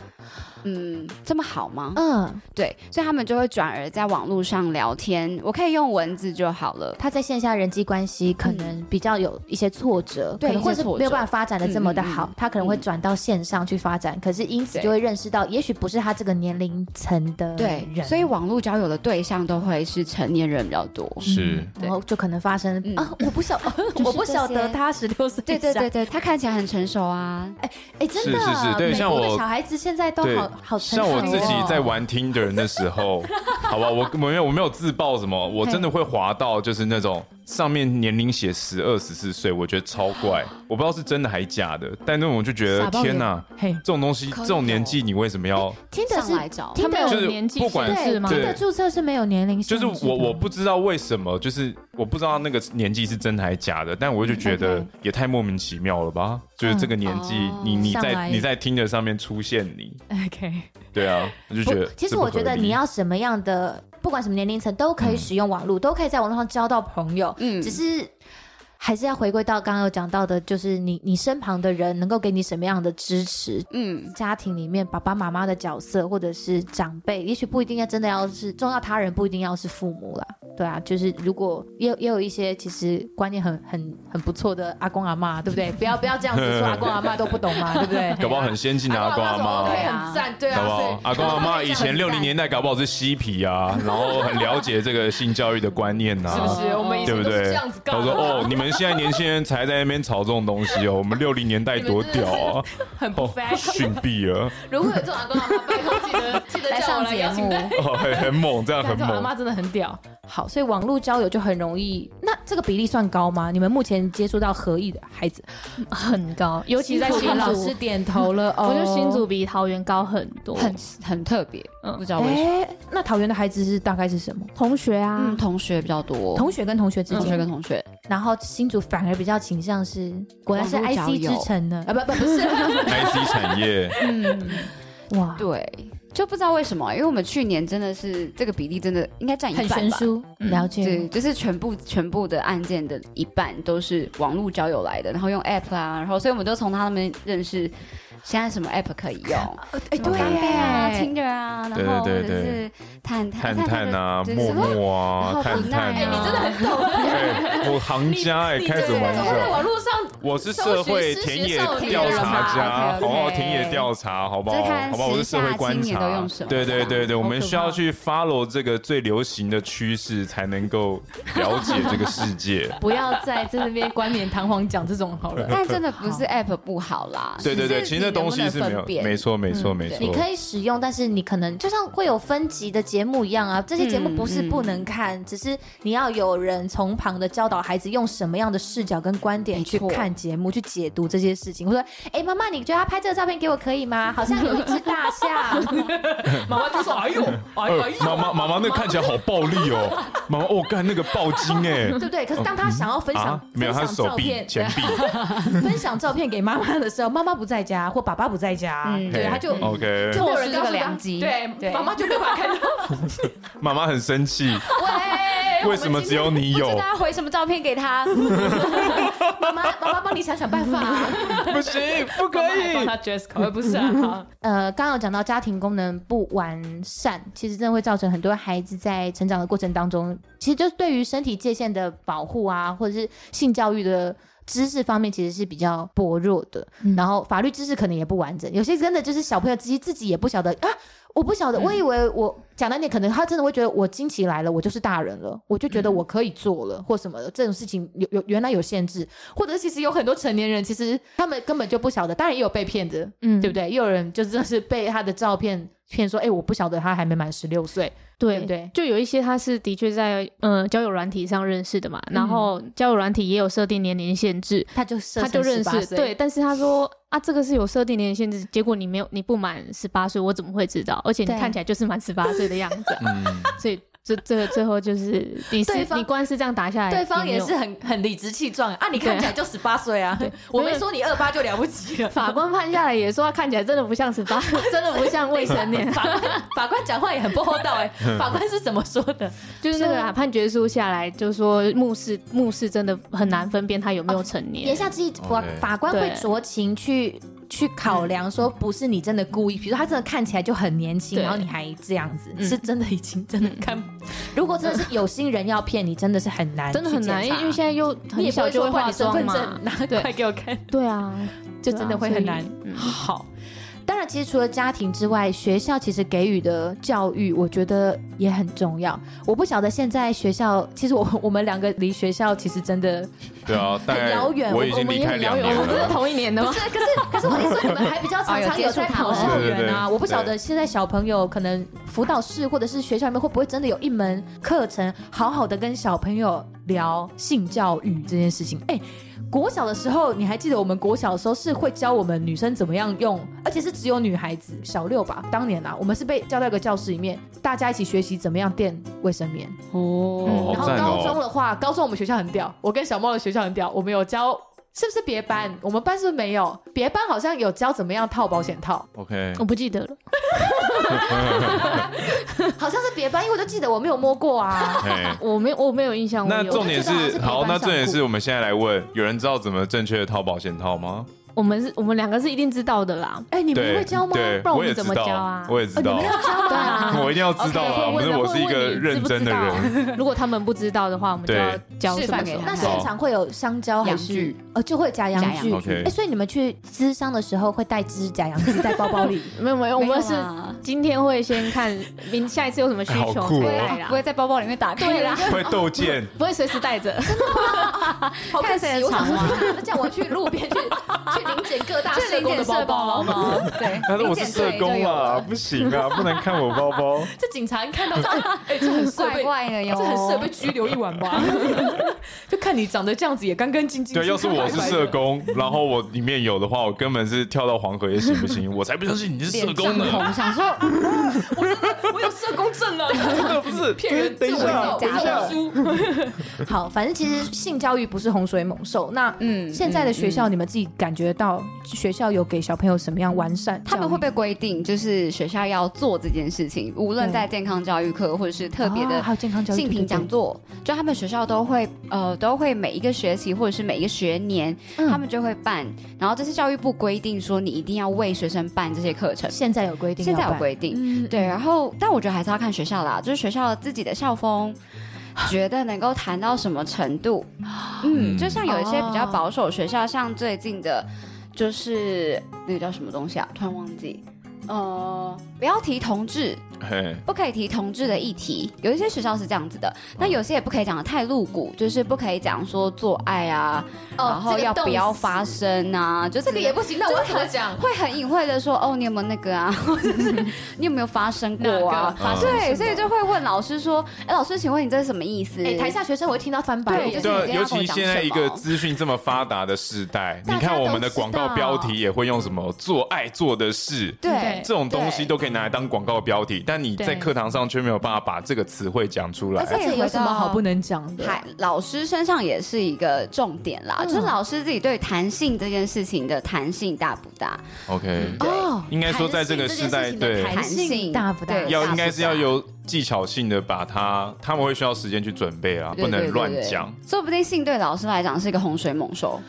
[SPEAKER 5] 嗯，这么好吗？
[SPEAKER 1] 嗯，
[SPEAKER 5] 对，所以他们就会转而在网络上聊天，我可以用文字就好了。
[SPEAKER 1] 他在线下人际关系可能比较有一些挫折，
[SPEAKER 5] 嗯对
[SPEAKER 1] 可能
[SPEAKER 5] 一些
[SPEAKER 1] 或是
[SPEAKER 5] 挫折
[SPEAKER 1] 没有办法发展的这么的好，
[SPEAKER 5] 嗯嗯
[SPEAKER 1] 他可能会转到线上去发展，可是因此
[SPEAKER 5] 对
[SPEAKER 1] 就会认识到，也许不是他这个年龄层的
[SPEAKER 5] 对，
[SPEAKER 1] 人，
[SPEAKER 5] 所以网络交友的对象都会是成年人比较多。
[SPEAKER 4] 是，
[SPEAKER 1] 然后就可能发生
[SPEAKER 5] 嗯
[SPEAKER 1] 啊，我不 晓我不晓得他十六岁，
[SPEAKER 5] 对对对，对，他看起来很成熟啊，
[SPEAKER 1] 哎，真的，
[SPEAKER 4] 是是是对
[SPEAKER 1] 美
[SPEAKER 4] 像
[SPEAKER 1] 国的
[SPEAKER 4] 我
[SPEAKER 1] 小孩子现在都
[SPEAKER 4] 对
[SPEAKER 1] 好好成熟
[SPEAKER 4] 像
[SPEAKER 1] 哦，
[SPEAKER 4] 我自己在玩 Tinder 那时候， 好吧，我我没有我没有自爆什么，我真的会滑到就是那种上面年龄写十二十四岁，我觉得超 怪，我不知道是真的还假的，但那我就觉得
[SPEAKER 1] 傻爆眼
[SPEAKER 4] 天哪，
[SPEAKER 1] 嘿
[SPEAKER 4] 这种东西
[SPEAKER 5] 可以
[SPEAKER 4] 这种年纪你为什 么要？
[SPEAKER 1] 听的
[SPEAKER 5] 上
[SPEAKER 1] 是
[SPEAKER 5] 来找。
[SPEAKER 1] 听
[SPEAKER 6] 他们
[SPEAKER 1] 的
[SPEAKER 4] 就是
[SPEAKER 6] 有年纪
[SPEAKER 4] 不管
[SPEAKER 6] 限制吗？
[SPEAKER 4] 对
[SPEAKER 1] 听的注册是没有年龄限
[SPEAKER 4] 就
[SPEAKER 1] 制
[SPEAKER 4] 是
[SPEAKER 1] 的，
[SPEAKER 4] 我我不知道为什么，就是我不知道那个年纪是真的还假的，但我就觉得
[SPEAKER 1] OK
[SPEAKER 4] 也太莫名其妙了吧？就是这个年纪
[SPEAKER 5] 哦，
[SPEAKER 4] 你你
[SPEAKER 1] 嗯上
[SPEAKER 4] 在
[SPEAKER 1] 来
[SPEAKER 4] 你在 Tinder 上面出现你，
[SPEAKER 1] OK。
[SPEAKER 4] 对啊，我就
[SPEAKER 1] 不
[SPEAKER 4] 觉得
[SPEAKER 1] 其实
[SPEAKER 4] 这不
[SPEAKER 1] 我觉得
[SPEAKER 4] 合理嗯
[SPEAKER 1] 你要什么样的，不管什么年龄层都可以使用网络，都可以在网络上交到朋友。
[SPEAKER 5] 嗯
[SPEAKER 1] 只是还是要回归到刚刚有讲到的，就是你你身旁的人能够给你什么样的支持。
[SPEAKER 5] 嗯，
[SPEAKER 1] 家庭里面爸爸妈妈的角色，或者是长辈，也许不一定要真的要是重要他人，不一定要是父母啦。对啊，就是如果也有也有一些其实观念很很很不错的阿公阿妈，对不对？不要不要这样子 说阿公阿妈都不懂嘛，对不对？
[SPEAKER 4] 搞不好很先进的
[SPEAKER 1] 啊
[SPEAKER 4] 阿公阿妈。
[SPEAKER 1] 对啊，很赞，对
[SPEAKER 4] 搞
[SPEAKER 1] 啊，
[SPEAKER 4] 不
[SPEAKER 1] 所以
[SPEAKER 4] 好？阿公阿妈以前六零年代搞不好是嬉皮啊，然后很了解这个性教育的观念呐、
[SPEAKER 3] 是不是？我们以
[SPEAKER 4] 啊对
[SPEAKER 3] 前都
[SPEAKER 4] 不
[SPEAKER 3] 是
[SPEAKER 4] 对
[SPEAKER 3] 这样子？
[SPEAKER 4] 他
[SPEAKER 3] 干
[SPEAKER 4] 说：“
[SPEAKER 3] 的，
[SPEAKER 4] 哦，你们现在年轻人才在那边炒这种东西哦，我们六零年代多屌啊，
[SPEAKER 3] 很不
[SPEAKER 4] 哦
[SPEAKER 3] fashion。
[SPEAKER 4] 逊啊毙了，
[SPEAKER 3] 如果有这种阿公阿妈，拜托记得记得
[SPEAKER 8] 来
[SPEAKER 3] 叫
[SPEAKER 8] 上
[SPEAKER 3] 我来
[SPEAKER 8] 节
[SPEAKER 3] 邀请
[SPEAKER 8] 目。
[SPEAKER 4] 哦，很很猛，这样很
[SPEAKER 1] 感觉啊阿
[SPEAKER 4] 猛。
[SPEAKER 1] 妈真的很屌。好，所以网络交友就很容易。那这个比例算高吗？你们目前接触到合意的孩 子，
[SPEAKER 6] 很高，尤其在 新
[SPEAKER 1] 看老
[SPEAKER 6] 竹
[SPEAKER 1] 师，点头了。哦，
[SPEAKER 6] 我觉得新竹比桃园高很多。
[SPEAKER 5] 很很特别，
[SPEAKER 6] 嗯
[SPEAKER 5] 不知道为什么。
[SPEAKER 1] 哎，那桃园的孩子是大概是什么？
[SPEAKER 6] 同学啊
[SPEAKER 5] 嗯，，同学比较多，
[SPEAKER 1] 同学跟哦嗯同学之
[SPEAKER 5] 同学
[SPEAKER 1] 间，
[SPEAKER 5] 跟同学，
[SPEAKER 1] 然后新竹反而比较倾向是，果然是
[SPEAKER 5] 网络交
[SPEAKER 1] IC
[SPEAKER 5] 友
[SPEAKER 1] 之城的啊，不不不是，
[SPEAKER 4] IC 产业，
[SPEAKER 5] 嗯，
[SPEAKER 1] 哇，
[SPEAKER 5] 对，就不知道为什么，因为我们去年真的是这个比例真的应该占一
[SPEAKER 1] 很
[SPEAKER 5] 半
[SPEAKER 1] 悬
[SPEAKER 5] 吧。
[SPEAKER 1] 殊，了解
[SPEAKER 5] 对，。就是全部全部的案件的一半都是网络交友来的，然后用 app 啊，然后所以我们都从他们认识现在什么 app 可以用，
[SPEAKER 1] 哎，
[SPEAKER 5] 什么干贝啊、
[SPEAKER 1] 耶
[SPEAKER 5] Tinder 啊，
[SPEAKER 4] 对
[SPEAKER 5] 然后或
[SPEAKER 4] 对
[SPEAKER 5] 者
[SPEAKER 4] 对
[SPEAKER 5] 是探探
[SPEAKER 4] 探探啊，
[SPEAKER 5] 对
[SPEAKER 4] 陌
[SPEAKER 5] 什么
[SPEAKER 4] 陌
[SPEAKER 5] 然
[SPEAKER 4] 啊，
[SPEAKER 5] 后
[SPEAKER 4] 探
[SPEAKER 5] 无奈
[SPEAKER 4] 探啊，
[SPEAKER 5] 哎你真的很
[SPEAKER 4] 懂。哎，我行家哎，开什么玩
[SPEAKER 3] 怎么在
[SPEAKER 4] 笑？
[SPEAKER 3] 网络上
[SPEAKER 4] 我是社会田野调查家，好不好？田野调查，好不好
[SPEAKER 5] 就？看
[SPEAKER 4] 好不好？我是社会观
[SPEAKER 5] 时下青年都
[SPEAKER 4] 察
[SPEAKER 5] 用什，么
[SPEAKER 4] 对对对对，我们
[SPEAKER 1] 好可怕
[SPEAKER 4] 需要去 follow 这个最流行的趋势，才能够了解这个世界。
[SPEAKER 1] 不要再在这边冠冕堂皇讲这种好了。
[SPEAKER 5] 但真的不 是 app 不好啦，
[SPEAKER 4] 对对对，
[SPEAKER 5] 只
[SPEAKER 4] 其实那
[SPEAKER 5] 你能
[SPEAKER 4] 东
[SPEAKER 5] 不
[SPEAKER 4] 西
[SPEAKER 5] 能
[SPEAKER 4] 是没有
[SPEAKER 5] 分，辨
[SPEAKER 4] 没错没错没错。
[SPEAKER 1] 你可以使用，但是你可能就像会有分级的节目一样啊，这些节目不是不能看，只是你要有人从旁的教导孩子用什么样的视角跟观点去
[SPEAKER 5] 没错
[SPEAKER 1] 看节目，去解读这些事情。或者，哎、妈妈，你觉得他拍这个照片给我可以吗？好像有一只大象，
[SPEAKER 3] 妈妈就说：“哎呦，哎呦，哎
[SPEAKER 4] 呃
[SPEAKER 3] 呦，
[SPEAKER 4] 妈妈妈妈，那看起来好暴力哦！妈妈，哦，干那个暴金哎
[SPEAKER 1] 对不对？可是当他想要分享、
[SPEAKER 4] 啊，没有，他
[SPEAKER 1] 分
[SPEAKER 4] 是
[SPEAKER 1] 享
[SPEAKER 4] 手
[SPEAKER 1] 照
[SPEAKER 4] 臂
[SPEAKER 1] 片、啊
[SPEAKER 4] 前臂。
[SPEAKER 1] 分享照片给妈妈的时候，妈妈不在家或爸爸不在家，
[SPEAKER 5] 嗯
[SPEAKER 1] 对，
[SPEAKER 4] 嘿哦
[SPEAKER 1] 他就。
[SPEAKER 4] OK，
[SPEAKER 1] 就会有人
[SPEAKER 5] 这
[SPEAKER 1] 告
[SPEAKER 5] 个
[SPEAKER 1] 诉他
[SPEAKER 5] 良机，
[SPEAKER 3] 对，
[SPEAKER 1] 对
[SPEAKER 3] 妈妈就没法看到。
[SPEAKER 4] 妈妈很生气，
[SPEAKER 1] 哎
[SPEAKER 3] 喂，
[SPEAKER 4] 为什么只有你
[SPEAKER 5] 不知
[SPEAKER 4] 有？
[SPEAKER 5] 道要回什么照片给他，
[SPEAKER 1] 妈妈，妈妈帮你想想办法、
[SPEAKER 4] 不行，不可
[SPEAKER 3] 妈妈还
[SPEAKER 4] 以
[SPEAKER 3] 帮。他 dress code，不是啊？
[SPEAKER 1] 呃，刚刚有讲到家庭功能不完善，其实真的会造成很多孩子在成长的过程当中，其实就是对于身体界限的保护啊，或者是性教育的知识方面，其实是比较薄弱的。然后法律知识可能也不完整，有些真的就是小朋友自己自己也不晓得啊。我不晓得，我以为我讲难点，可能他真的会觉得我惊奇来了，我就是大人了，我就觉得我可以做了，或什么的。这种事情有有原来有限制，或者是其实有很多成年人，其实他们根本就不晓得，当然也有被骗的，
[SPEAKER 6] 嗯
[SPEAKER 1] 对不对？也有人就真的是被他的照片骗说，哎、我不晓得他还没满十六岁，对
[SPEAKER 6] 对
[SPEAKER 1] 不对
[SPEAKER 6] 就有一些他是的确在呃交友软体上认识的嘛，然后交友软体也有设定年龄限制，
[SPEAKER 1] 他就设
[SPEAKER 6] 他就认
[SPEAKER 1] 18
[SPEAKER 6] 识
[SPEAKER 1] 岁
[SPEAKER 6] 对，但是他说啊，这个是有设定年龄限制，结果你没有你不满十八岁，我怎么会知道？而且你
[SPEAKER 1] 对
[SPEAKER 6] 看起来就是满十八岁的样子啊、
[SPEAKER 4] 嗯，
[SPEAKER 6] 所以这这最后就是你是
[SPEAKER 1] 对方
[SPEAKER 6] 你官司这样打下来，
[SPEAKER 1] 对方也
[SPEAKER 6] 没有
[SPEAKER 1] 是很很理直气壮啊！你看起来就十八岁啊，我没说你二八就了不起了。，
[SPEAKER 6] 法官判下来也说他看起来真的不像十八， 真的不像未成年
[SPEAKER 1] 啊法官法官讲话也很不厚道哎、法官是怎么说的？
[SPEAKER 6] 就是那个、啊、判决书下来就说目视目视真的很难分辨他有
[SPEAKER 1] 哦
[SPEAKER 6] 没有成 年。
[SPEAKER 1] 言下之意，法
[SPEAKER 4] OK
[SPEAKER 1] 法官会
[SPEAKER 6] 对
[SPEAKER 1] 酌情去去考量，说不是你真的故意，比如说他真的看起来就很年轻，
[SPEAKER 6] 对
[SPEAKER 1] 然后你还这样子，是真的已经真的看。如果真的是有心人要骗你，真的是很难去
[SPEAKER 6] 真
[SPEAKER 1] 检
[SPEAKER 6] 的
[SPEAKER 1] 查，
[SPEAKER 6] 很难，因为现在又
[SPEAKER 1] 你也不
[SPEAKER 6] 很小
[SPEAKER 1] 会
[SPEAKER 6] 就
[SPEAKER 1] 说
[SPEAKER 6] 会
[SPEAKER 1] 换
[SPEAKER 6] 化
[SPEAKER 1] 你身
[SPEAKER 6] 妆
[SPEAKER 1] 份
[SPEAKER 6] 嘛
[SPEAKER 1] 证，拿
[SPEAKER 6] 对
[SPEAKER 1] 快给我看，
[SPEAKER 6] 对啊，
[SPEAKER 1] 就真的会很难
[SPEAKER 6] 对啊。
[SPEAKER 1] 好，当然，其实除了家庭之外，学校其实给予的教育，我觉得也很重要。我不晓得现在学校，其实我我 们两个离学校其实真的
[SPEAKER 4] 对啊，大概
[SPEAKER 1] 遥远
[SPEAKER 4] 我已经
[SPEAKER 1] 我们
[SPEAKER 4] 离
[SPEAKER 1] 也
[SPEAKER 4] 开
[SPEAKER 1] 很
[SPEAKER 4] 两
[SPEAKER 1] 遥远
[SPEAKER 4] 年
[SPEAKER 1] 我们
[SPEAKER 4] 了。
[SPEAKER 6] 同一年的
[SPEAKER 1] 不
[SPEAKER 6] 吗？
[SPEAKER 1] 是，可是可是我意思，你们还比较常常有在跑校
[SPEAKER 4] 对对
[SPEAKER 1] 园啊。
[SPEAKER 4] 对
[SPEAKER 1] 我不晓得现在小朋友可能辅导室或者是学校里面会不会真的有一门课程，好好的跟小朋友聊性教育这件事情？哎、国小的时候，你还记得我们国小的时候是会教我们女生怎么样用，而且是只有女孩子，小六吧，当年啊，我们是被叫到一个教室里面，大家一起学习怎么样垫卫生棉。
[SPEAKER 4] 哦
[SPEAKER 1] 然
[SPEAKER 4] 好
[SPEAKER 1] 后
[SPEAKER 4] 赞
[SPEAKER 1] 高中
[SPEAKER 4] 哦！
[SPEAKER 1] 的话，高中我们学校很屌，我跟小猫的学校很屌，我们有教。是不是别班？ 我们班是不是没有？别班好像有教怎么样套保险套，
[SPEAKER 4] OK，
[SPEAKER 6] 我不记得了，
[SPEAKER 1] 好像是别班，因为我就记得我没有摸过啊。
[SPEAKER 4] 哎
[SPEAKER 6] 我没有我没有印象，我
[SPEAKER 4] 那
[SPEAKER 6] 有
[SPEAKER 4] 重点
[SPEAKER 1] 我就知道他
[SPEAKER 4] 是
[SPEAKER 1] 是陪
[SPEAKER 4] 好，
[SPEAKER 1] 伴
[SPEAKER 4] 那
[SPEAKER 1] 上
[SPEAKER 4] 重点
[SPEAKER 1] 顾
[SPEAKER 4] 是我们现在来问，有人知道怎么正确的套保险套吗？
[SPEAKER 6] 我们是我们两个是一定知道的啦。
[SPEAKER 1] 哎，你们
[SPEAKER 4] 对
[SPEAKER 1] 会教吗？
[SPEAKER 4] 对，
[SPEAKER 6] 不然我
[SPEAKER 4] 我也
[SPEAKER 6] 们怎么
[SPEAKER 4] 知道
[SPEAKER 6] 教啊
[SPEAKER 4] 我也知道，
[SPEAKER 6] 对啊，
[SPEAKER 4] 我一定要知道 啊！
[SPEAKER 6] OK，
[SPEAKER 4] 不是
[SPEAKER 6] 问了
[SPEAKER 4] 我是一个
[SPEAKER 6] 问你知
[SPEAKER 4] 认
[SPEAKER 6] 不
[SPEAKER 4] 真的
[SPEAKER 6] 知道啊
[SPEAKER 4] 人，
[SPEAKER 6] 如果他们不知道的话，我们就
[SPEAKER 4] 对
[SPEAKER 6] 要教
[SPEAKER 5] 示
[SPEAKER 6] 什么
[SPEAKER 5] 范给
[SPEAKER 6] 什么
[SPEAKER 5] 他
[SPEAKER 1] 那
[SPEAKER 5] 们
[SPEAKER 1] 现场会有香蕉还
[SPEAKER 5] 洋
[SPEAKER 1] 是
[SPEAKER 5] 具
[SPEAKER 1] 哦，就会假洋
[SPEAKER 5] 假洋
[SPEAKER 1] 具。
[SPEAKER 4] OK
[SPEAKER 1] 哎，所以你们去咨商的时候会带只假洋具在包包 里，
[SPEAKER 6] 没有没有，我们是
[SPEAKER 5] 没有啦
[SPEAKER 6] 今天会先看明下一次有什么需
[SPEAKER 4] 哎好
[SPEAKER 6] 求
[SPEAKER 4] 酷
[SPEAKER 6] 才
[SPEAKER 4] 哦
[SPEAKER 6] 来啦
[SPEAKER 5] 不，会在包包里面打开。
[SPEAKER 6] 对啦，
[SPEAKER 4] 会斗 剑。
[SPEAKER 6] 不会随时带着。
[SPEAKER 1] 好可惜
[SPEAKER 6] 看谁。的
[SPEAKER 1] 我想
[SPEAKER 6] 长
[SPEAKER 1] 说
[SPEAKER 6] 袜，
[SPEAKER 1] 那这样我去路边去去临检各大
[SPEAKER 5] 这
[SPEAKER 1] 社工的包包，
[SPEAKER 5] 包， 对，
[SPEAKER 4] 但是我是
[SPEAKER 5] 零点
[SPEAKER 4] 社
[SPEAKER 5] 对就
[SPEAKER 4] 工
[SPEAKER 5] 有
[SPEAKER 4] 啦，
[SPEAKER 5] 了，
[SPEAKER 4] 不行啊，不能看我包 包。
[SPEAKER 3] 这警察看到这，哎，这很适合
[SPEAKER 5] 怪
[SPEAKER 3] 被，
[SPEAKER 6] 哦
[SPEAKER 5] 怪的哟，
[SPEAKER 3] 这很适合被拘留一晚吧？就看你长得这样子也干干净净。
[SPEAKER 4] 对，要是我是社
[SPEAKER 3] 社，
[SPEAKER 4] 工，然后我里面有的话，我根本是跳到黄河也行不行？我才不相信你是社
[SPEAKER 5] 脸
[SPEAKER 4] 工
[SPEAKER 5] 涨
[SPEAKER 4] 呢！
[SPEAKER 5] 红，想说
[SPEAKER 3] 我有社工证了，
[SPEAKER 4] 真的不是
[SPEAKER 3] 骗人，
[SPEAKER 4] 等一下，
[SPEAKER 3] 这
[SPEAKER 4] 等
[SPEAKER 3] 我
[SPEAKER 4] 一下
[SPEAKER 3] 有，书。
[SPEAKER 1] 好，反正其实性教育不是洪水猛兽。那
[SPEAKER 5] 嗯
[SPEAKER 1] 现在的学校，你们自己感觉到学校有给小朋友什么样完善教育？
[SPEAKER 5] 他们会被规定，就是学校要做这件事情，无论
[SPEAKER 1] 对
[SPEAKER 5] 在健康教育课或者是特别
[SPEAKER 1] 哦
[SPEAKER 5] 的
[SPEAKER 1] 还有健康教育
[SPEAKER 5] 性平讲，座，就他们学校都会呃都会每一个学期或者是每一个学年，
[SPEAKER 1] 嗯
[SPEAKER 5] 他们就会办。然后这是教育部规定说，你一定要为学生办这些课程
[SPEAKER 1] 对对对。现在有规定，
[SPEAKER 5] 现在有。规定，
[SPEAKER 3] 嗯
[SPEAKER 5] 对。然后，但我觉得还是要看学校啦，就是学校自己的校风，觉得能够谈到什么程度。嗯，就像有一些比较保守学校，像最近的，就是那个叫什么东西啊，突然忘记。呃，不要提同志，
[SPEAKER 4] 嘿，
[SPEAKER 5] 不可以提同志的议题，有一些学校是这样子
[SPEAKER 1] 哦
[SPEAKER 5] 的，但有些也不可以讲的太露骨，就是不可以讲说做爱啊，
[SPEAKER 1] 哦
[SPEAKER 5] 然后要不要发生啊，就这
[SPEAKER 1] 这个也不行，那我怎么讲？
[SPEAKER 5] 会很隐晦的说哦，你有没有那个啊，或者是你有没有发生过啊？
[SPEAKER 4] 哪个发生什
[SPEAKER 5] 对，所以就会问老师说，哎，老师，请问你这是什么意思？
[SPEAKER 1] 哎，台下学生我会听到翻白
[SPEAKER 5] 对
[SPEAKER 1] 眼
[SPEAKER 5] 就是。
[SPEAKER 4] 对
[SPEAKER 5] 你
[SPEAKER 4] 啊，尤
[SPEAKER 5] 今天要跟我
[SPEAKER 4] 其
[SPEAKER 5] 讲
[SPEAKER 4] 现在
[SPEAKER 5] 什
[SPEAKER 4] 一个
[SPEAKER 5] 么
[SPEAKER 4] 资讯这么发达的时 代，你
[SPEAKER 1] 大家
[SPEAKER 4] 看我
[SPEAKER 1] 都
[SPEAKER 4] 们的
[SPEAKER 1] 知
[SPEAKER 4] 广告
[SPEAKER 1] 道
[SPEAKER 4] 标题也会用什么“做爱做的事”，
[SPEAKER 5] 对，
[SPEAKER 4] 这种东西
[SPEAKER 5] 对
[SPEAKER 4] 都可以拿来当广告标题，但你在
[SPEAKER 1] 对
[SPEAKER 4] 课堂上却没有办法把这个词汇讲出来
[SPEAKER 5] 而。且
[SPEAKER 1] 这有什么好不
[SPEAKER 5] 能？
[SPEAKER 1] 能讲的？
[SPEAKER 5] 还老师身上也是一个重点啦，就是老师自己对弹性这件事情的弹性大不大？
[SPEAKER 4] 啊 OK，
[SPEAKER 5] 对，
[SPEAKER 1] 哦，
[SPEAKER 4] 应该说在这个时代，对，
[SPEAKER 5] 弹
[SPEAKER 1] 性
[SPEAKER 5] 性
[SPEAKER 1] 大不大
[SPEAKER 5] 对
[SPEAKER 4] 要
[SPEAKER 5] 大
[SPEAKER 4] 应该是要
[SPEAKER 5] 不大
[SPEAKER 4] 有技巧性的把它，他们会需要时间去准备啊，
[SPEAKER 5] 对
[SPEAKER 4] 不能乱。
[SPEAKER 5] 对
[SPEAKER 4] 讲
[SPEAKER 5] 对。对说不定性对老师来讲是一个洪水猛兽，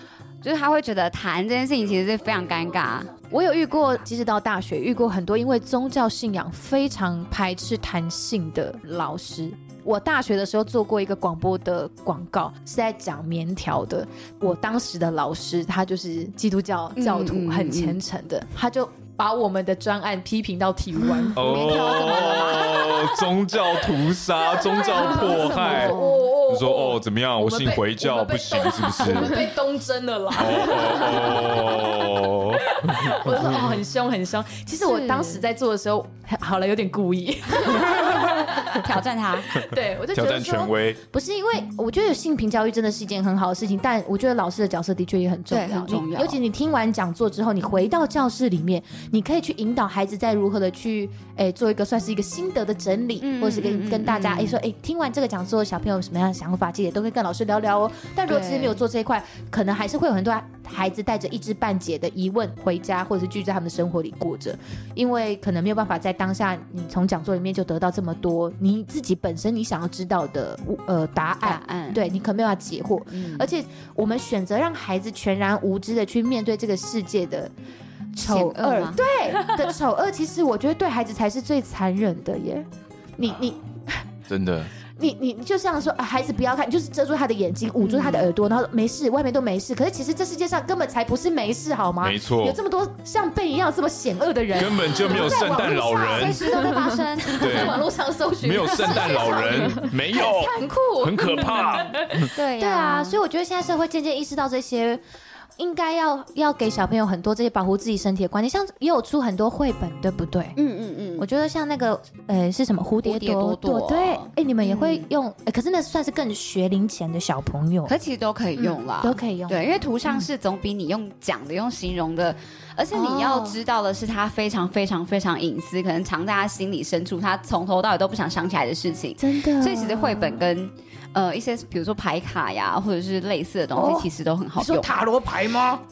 [SPEAKER 5] 就是他会觉得谈这件事情其实是非常尴尬。
[SPEAKER 1] 我有遇过，即使到大学遇过很多因为宗教信仰非常排斥谈性的老师。我大学的时候做过一个广播的广告，是在讲棉条的。我当时的老师他就是基督教教徒，
[SPEAKER 5] 嗯嗯嗯
[SPEAKER 1] 很虔诚的，他就把我们的专案批评到体无完
[SPEAKER 4] 嗯
[SPEAKER 1] 肤。棉条怎么了？
[SPEAKER 4] 哦， 宗教屠
[SPEAKER 5] 啊
[SPEAKER 4] 杀、 宗教迫害，你说哦怎么样？我
[SPEAKER 3] 们
[SPEAKER 4] 信
[SPEAKER 3] 被
[SPEAKER 4] 回教
[SPEAKER 3] 我们
[SPEAKER 4] 不
[SPEAKER 3] 被
[SPEAKER 4] 行
[SPEAKER 3] 斗
[SPEAKER 4] 是不是
[SPEAKER 3] 我？们被东征了啦！
[SPEAKER 4] 哦哦哦，
[SPEAKER 3] 我就说哦，很凶很凶。其实我
[SPEAKER 1] 是
[SPEAKER 3] 当时在做的时候，好了，有点故意。
[SPEAKER 5] 挑战他，
[SPEAKER 3] 对，我就觉
[SPEAKER 4] 挑
[SPEAKER 3] 得
[SPEAKER 4] 战权
[SPEAKER 3] 说，
[SPEAKER 4] 威，
[SPEAKER 1] 不是因为我觉得性平教育真的是一件很好的事情，但我觉得老师的角色的确也很重要。
[SPEAKER 5] 对很重要
[SPEAKER 1] 你尤其你听完讲座之后，你回到教室里面，你可以去引导孩子在如何的去诶、做一个算是一个心得的整理，
[SPEAKER 5] 嗯
[SPEAKER 1] 或是跟、
[SPEAKER 5] 嗯嗯
[SPEAKER 1] 跟大家诶、
[SPEAKER 5] 嗯
[SPEAKER 1] 说诶、听完这个讲座，小朋友有什么样的想法，其实也都可以跟老师聊聊哦。但如果
[SPEAKER 5] 对
[SPEAKER 1] 其实没有做这一块，可能还是会有很多孩子带着一知半解的疑问回家，或者是继续在他们的生活里过着。因为可能没有办法在当下，你从讲座里面就得到这么多你自己本身你想要知道的呃答
[SPEAKER 5] 答
[SPEAKER 1] 案，
[SPEAKER 5] 案，
[SPEAKER 1] 对你可能没有办法解惑。
[SPEAKER 5] 嗯
[SPEAKER 1] 而且我们选择让孩子全然无知的去面对这个世界的丑
[SPEAKER 5] 险恶
[SPEAKER 1] 恶
[SPEAKER 5] 吗，
[SPEAKER 1] 对 的丑恶，其实我觉得对孩子才是最残忍的耶。你你
[SPEAKER 4] 真的
[SPEAKER 1] 你你你就像说、啊，孩子不要看，你就是遮住他的眼睛，
[SPEAKER 5] 嗯
[SPEAKER 1] 捂住他的耳朵，然后说没事，外面都没事。可是其实这世界上根本才不是没事，好吗？
[SPEAKER 4] 没错
[SPEAKER 1] 有，这么多像贝一样这么险恶的人，
[SPEAKER 4] 根本就没有圣诞老
[SPEAKER 5] 随
[SPEAKER 4] 人，
[SPEAKER 5] 时都在发 生。
[SPEAKER 4] 对，
[SPEAKER 1] 络上搜寻
[SPEAKER 4] 没有圣诞老人，没有，
[SPEAKER 1] 残酷。
[SPEAKER 4] 很可怕。
[SPEAKER 5] 对
[SPEAKER 1] 对啊，所以我觉得现在社会渐渐意识到这些，应该要要给小朋友很多这些保护自己身体的观念，像也有出很多绘本，对不对？
[SPEAKER 5] 嗯嗯
[SPEAKER 1] 我
[SPEAKER 5] 嗯，
[SPEAKER 1] 觉得像那个，呃，是什么蝴蝶
[SPEAKER 5] 蝴蝶朵朵
[SPEAKER 1] 朵？对，哎，你们也会用，哎可是那算是更学龄前的小朋友
[SPEAKER 5] 可其实都可以用嗯啦，
[SPEAKER 1] 嗯都可以用。
[SPEAKER 5] 对，因为图像是总比你用讲的、用形容的，而且你要知道的是，他非常非常非常隐私，可能藏在他心里深处，他从头到尾都不想想起来的事情。
[SPEAKER 1] 真的。
[SPEAKER 5] 所以其实绘本跟呃一些比如说牌卡呀，或者是类似的东西，其实都很好用。
[SPEAKER 6] 不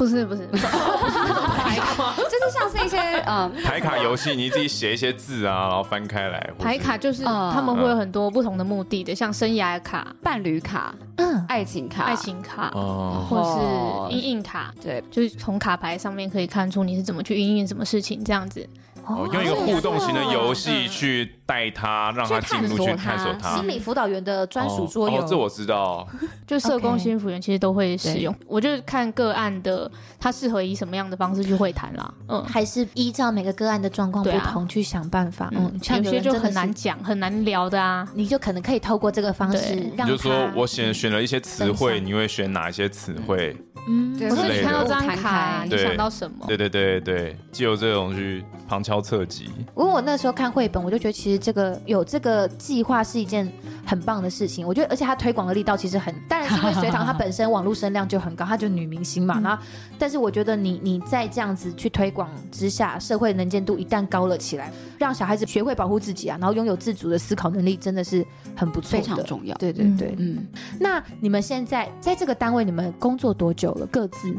[SPEAKER 6] 是不是，不是
[SPEAKER 5] 牌卡，就是像是一些嗯，
[SPEAKER 4] 牌卡游戏，你自己写一些字啊，然后翻开来。或者
[SPEAKER 6] 牌卡就是
[SPEAKER 5] 嗯
[SPEAKER 4] 啊
[SPEAKER 6] 他们会有很多不同的目的的，像生涯卡、
[SPEAKER 5] 伴侣卡、
[SPEAKER 2] 嗯，
[SPEAKER 5] 爱情卡、
[SPEAKER 6] 爱情卡，
[SPEAKER 4] 哦，
[SPEAKER 6] 或是阴影
[SPEAKER 1] 哦
[SPEAKER 6] 卡，
[SPEAKER 5] 对，
[SPEAKER 6] 就是从卡牌上面可以看出你是怎么去应应什么事情这样子。
[SPEAKER 4] 哦用一个互动型的游戏去带他，让他进入去
[SPEAKER 5] 去
[SPEAKER 4] 探
[SPEAKER 5] 探
[SPEAKER 4] 索
[SPEAKER 5] 索它
[SPEAKER 4] 他。
[SPEAKER 1] 心理辅导员的专属桌游、
[SPEAKER 4] 哦，哦这我知道。
[SPEAKER 6] 就社工、
[SPEAKER 1] OK
[SPEAKER 6] 心辅员其实都会使用，我就是看个案的，他适合以什么样的方式去会谈啦。嗯，
[SPEAKER 1] 还是依照每个个案的状况不
[SPEAKER 6] 对啊
[SPEAKER 1] 同去想办法。嗯，像
[SPEAKER 6] 有
[SPEAKER 1] 有
[SPEAKER 6] 些
[SPEAKER 1] 人
[SPEAKER 6] 就
[SPEAKER 1] 真的
[SPEAKER 6] 很
[SPEAKER 1] 是
[SPEAKER 6] 难，讲，很难聊的啊。
[SPEAKER 1] 你就可能可以透过这个方式
[SPEAKER 6] 对
[SPEAKER 1] 让
[SPEAKER 4] 你就说
[SPEAKER 1] 他
[SPEAKER 4] 我选选了一些词汇，
[SPEAKER 1] 分享
[SPEAKER 4] 你会选哪一些词汇？
[SPEAKER 1] 嗯
[SPEAKER 5] 对
[SPEAKER 6] 我说
[SPEAKER 4] 之类
[SPEAKER 6] 你
[SPEAKER 4] 的
[SPEAKER 6] 看到这张
[SPEAKER 5] 摊
[SPEAKER 6] 卡，
[SPEAKER 5] 开
[SPEAKER 6] 你
[SPEAKER 4] 对
[SPEAKER 6] 想到什
[SPEAKER 5] 哦
[SPEAKER 6] 么？
[SPEAKER 4] 对对对对，借由这种去旁敲侧击。
[SPEAKER 1] 因为我那时候看绘本，我就觉得其实这个有这个计划是一件很棒的事情。我觉得，而且它推广的力道其实很，当然是因为隋唐它本身网络声量就很高，它就女明星
[SPEAKER 6] 嗯
[SPEAKER 1] 嘛。然后，但是我觉得你你在这样子去推广之下，社会能见度一旦高了起来，让小孩子学会保护自己啊，然后拥有自主的思考能力，真的是很不错的，
[SPEAKER 5] 非常重要。
[SPEAKER 1] 对对对，
[SPEAKER 5] 嗯，
[SPEAKER 1] 那你们现在在这个单位，你们工作多久了？各自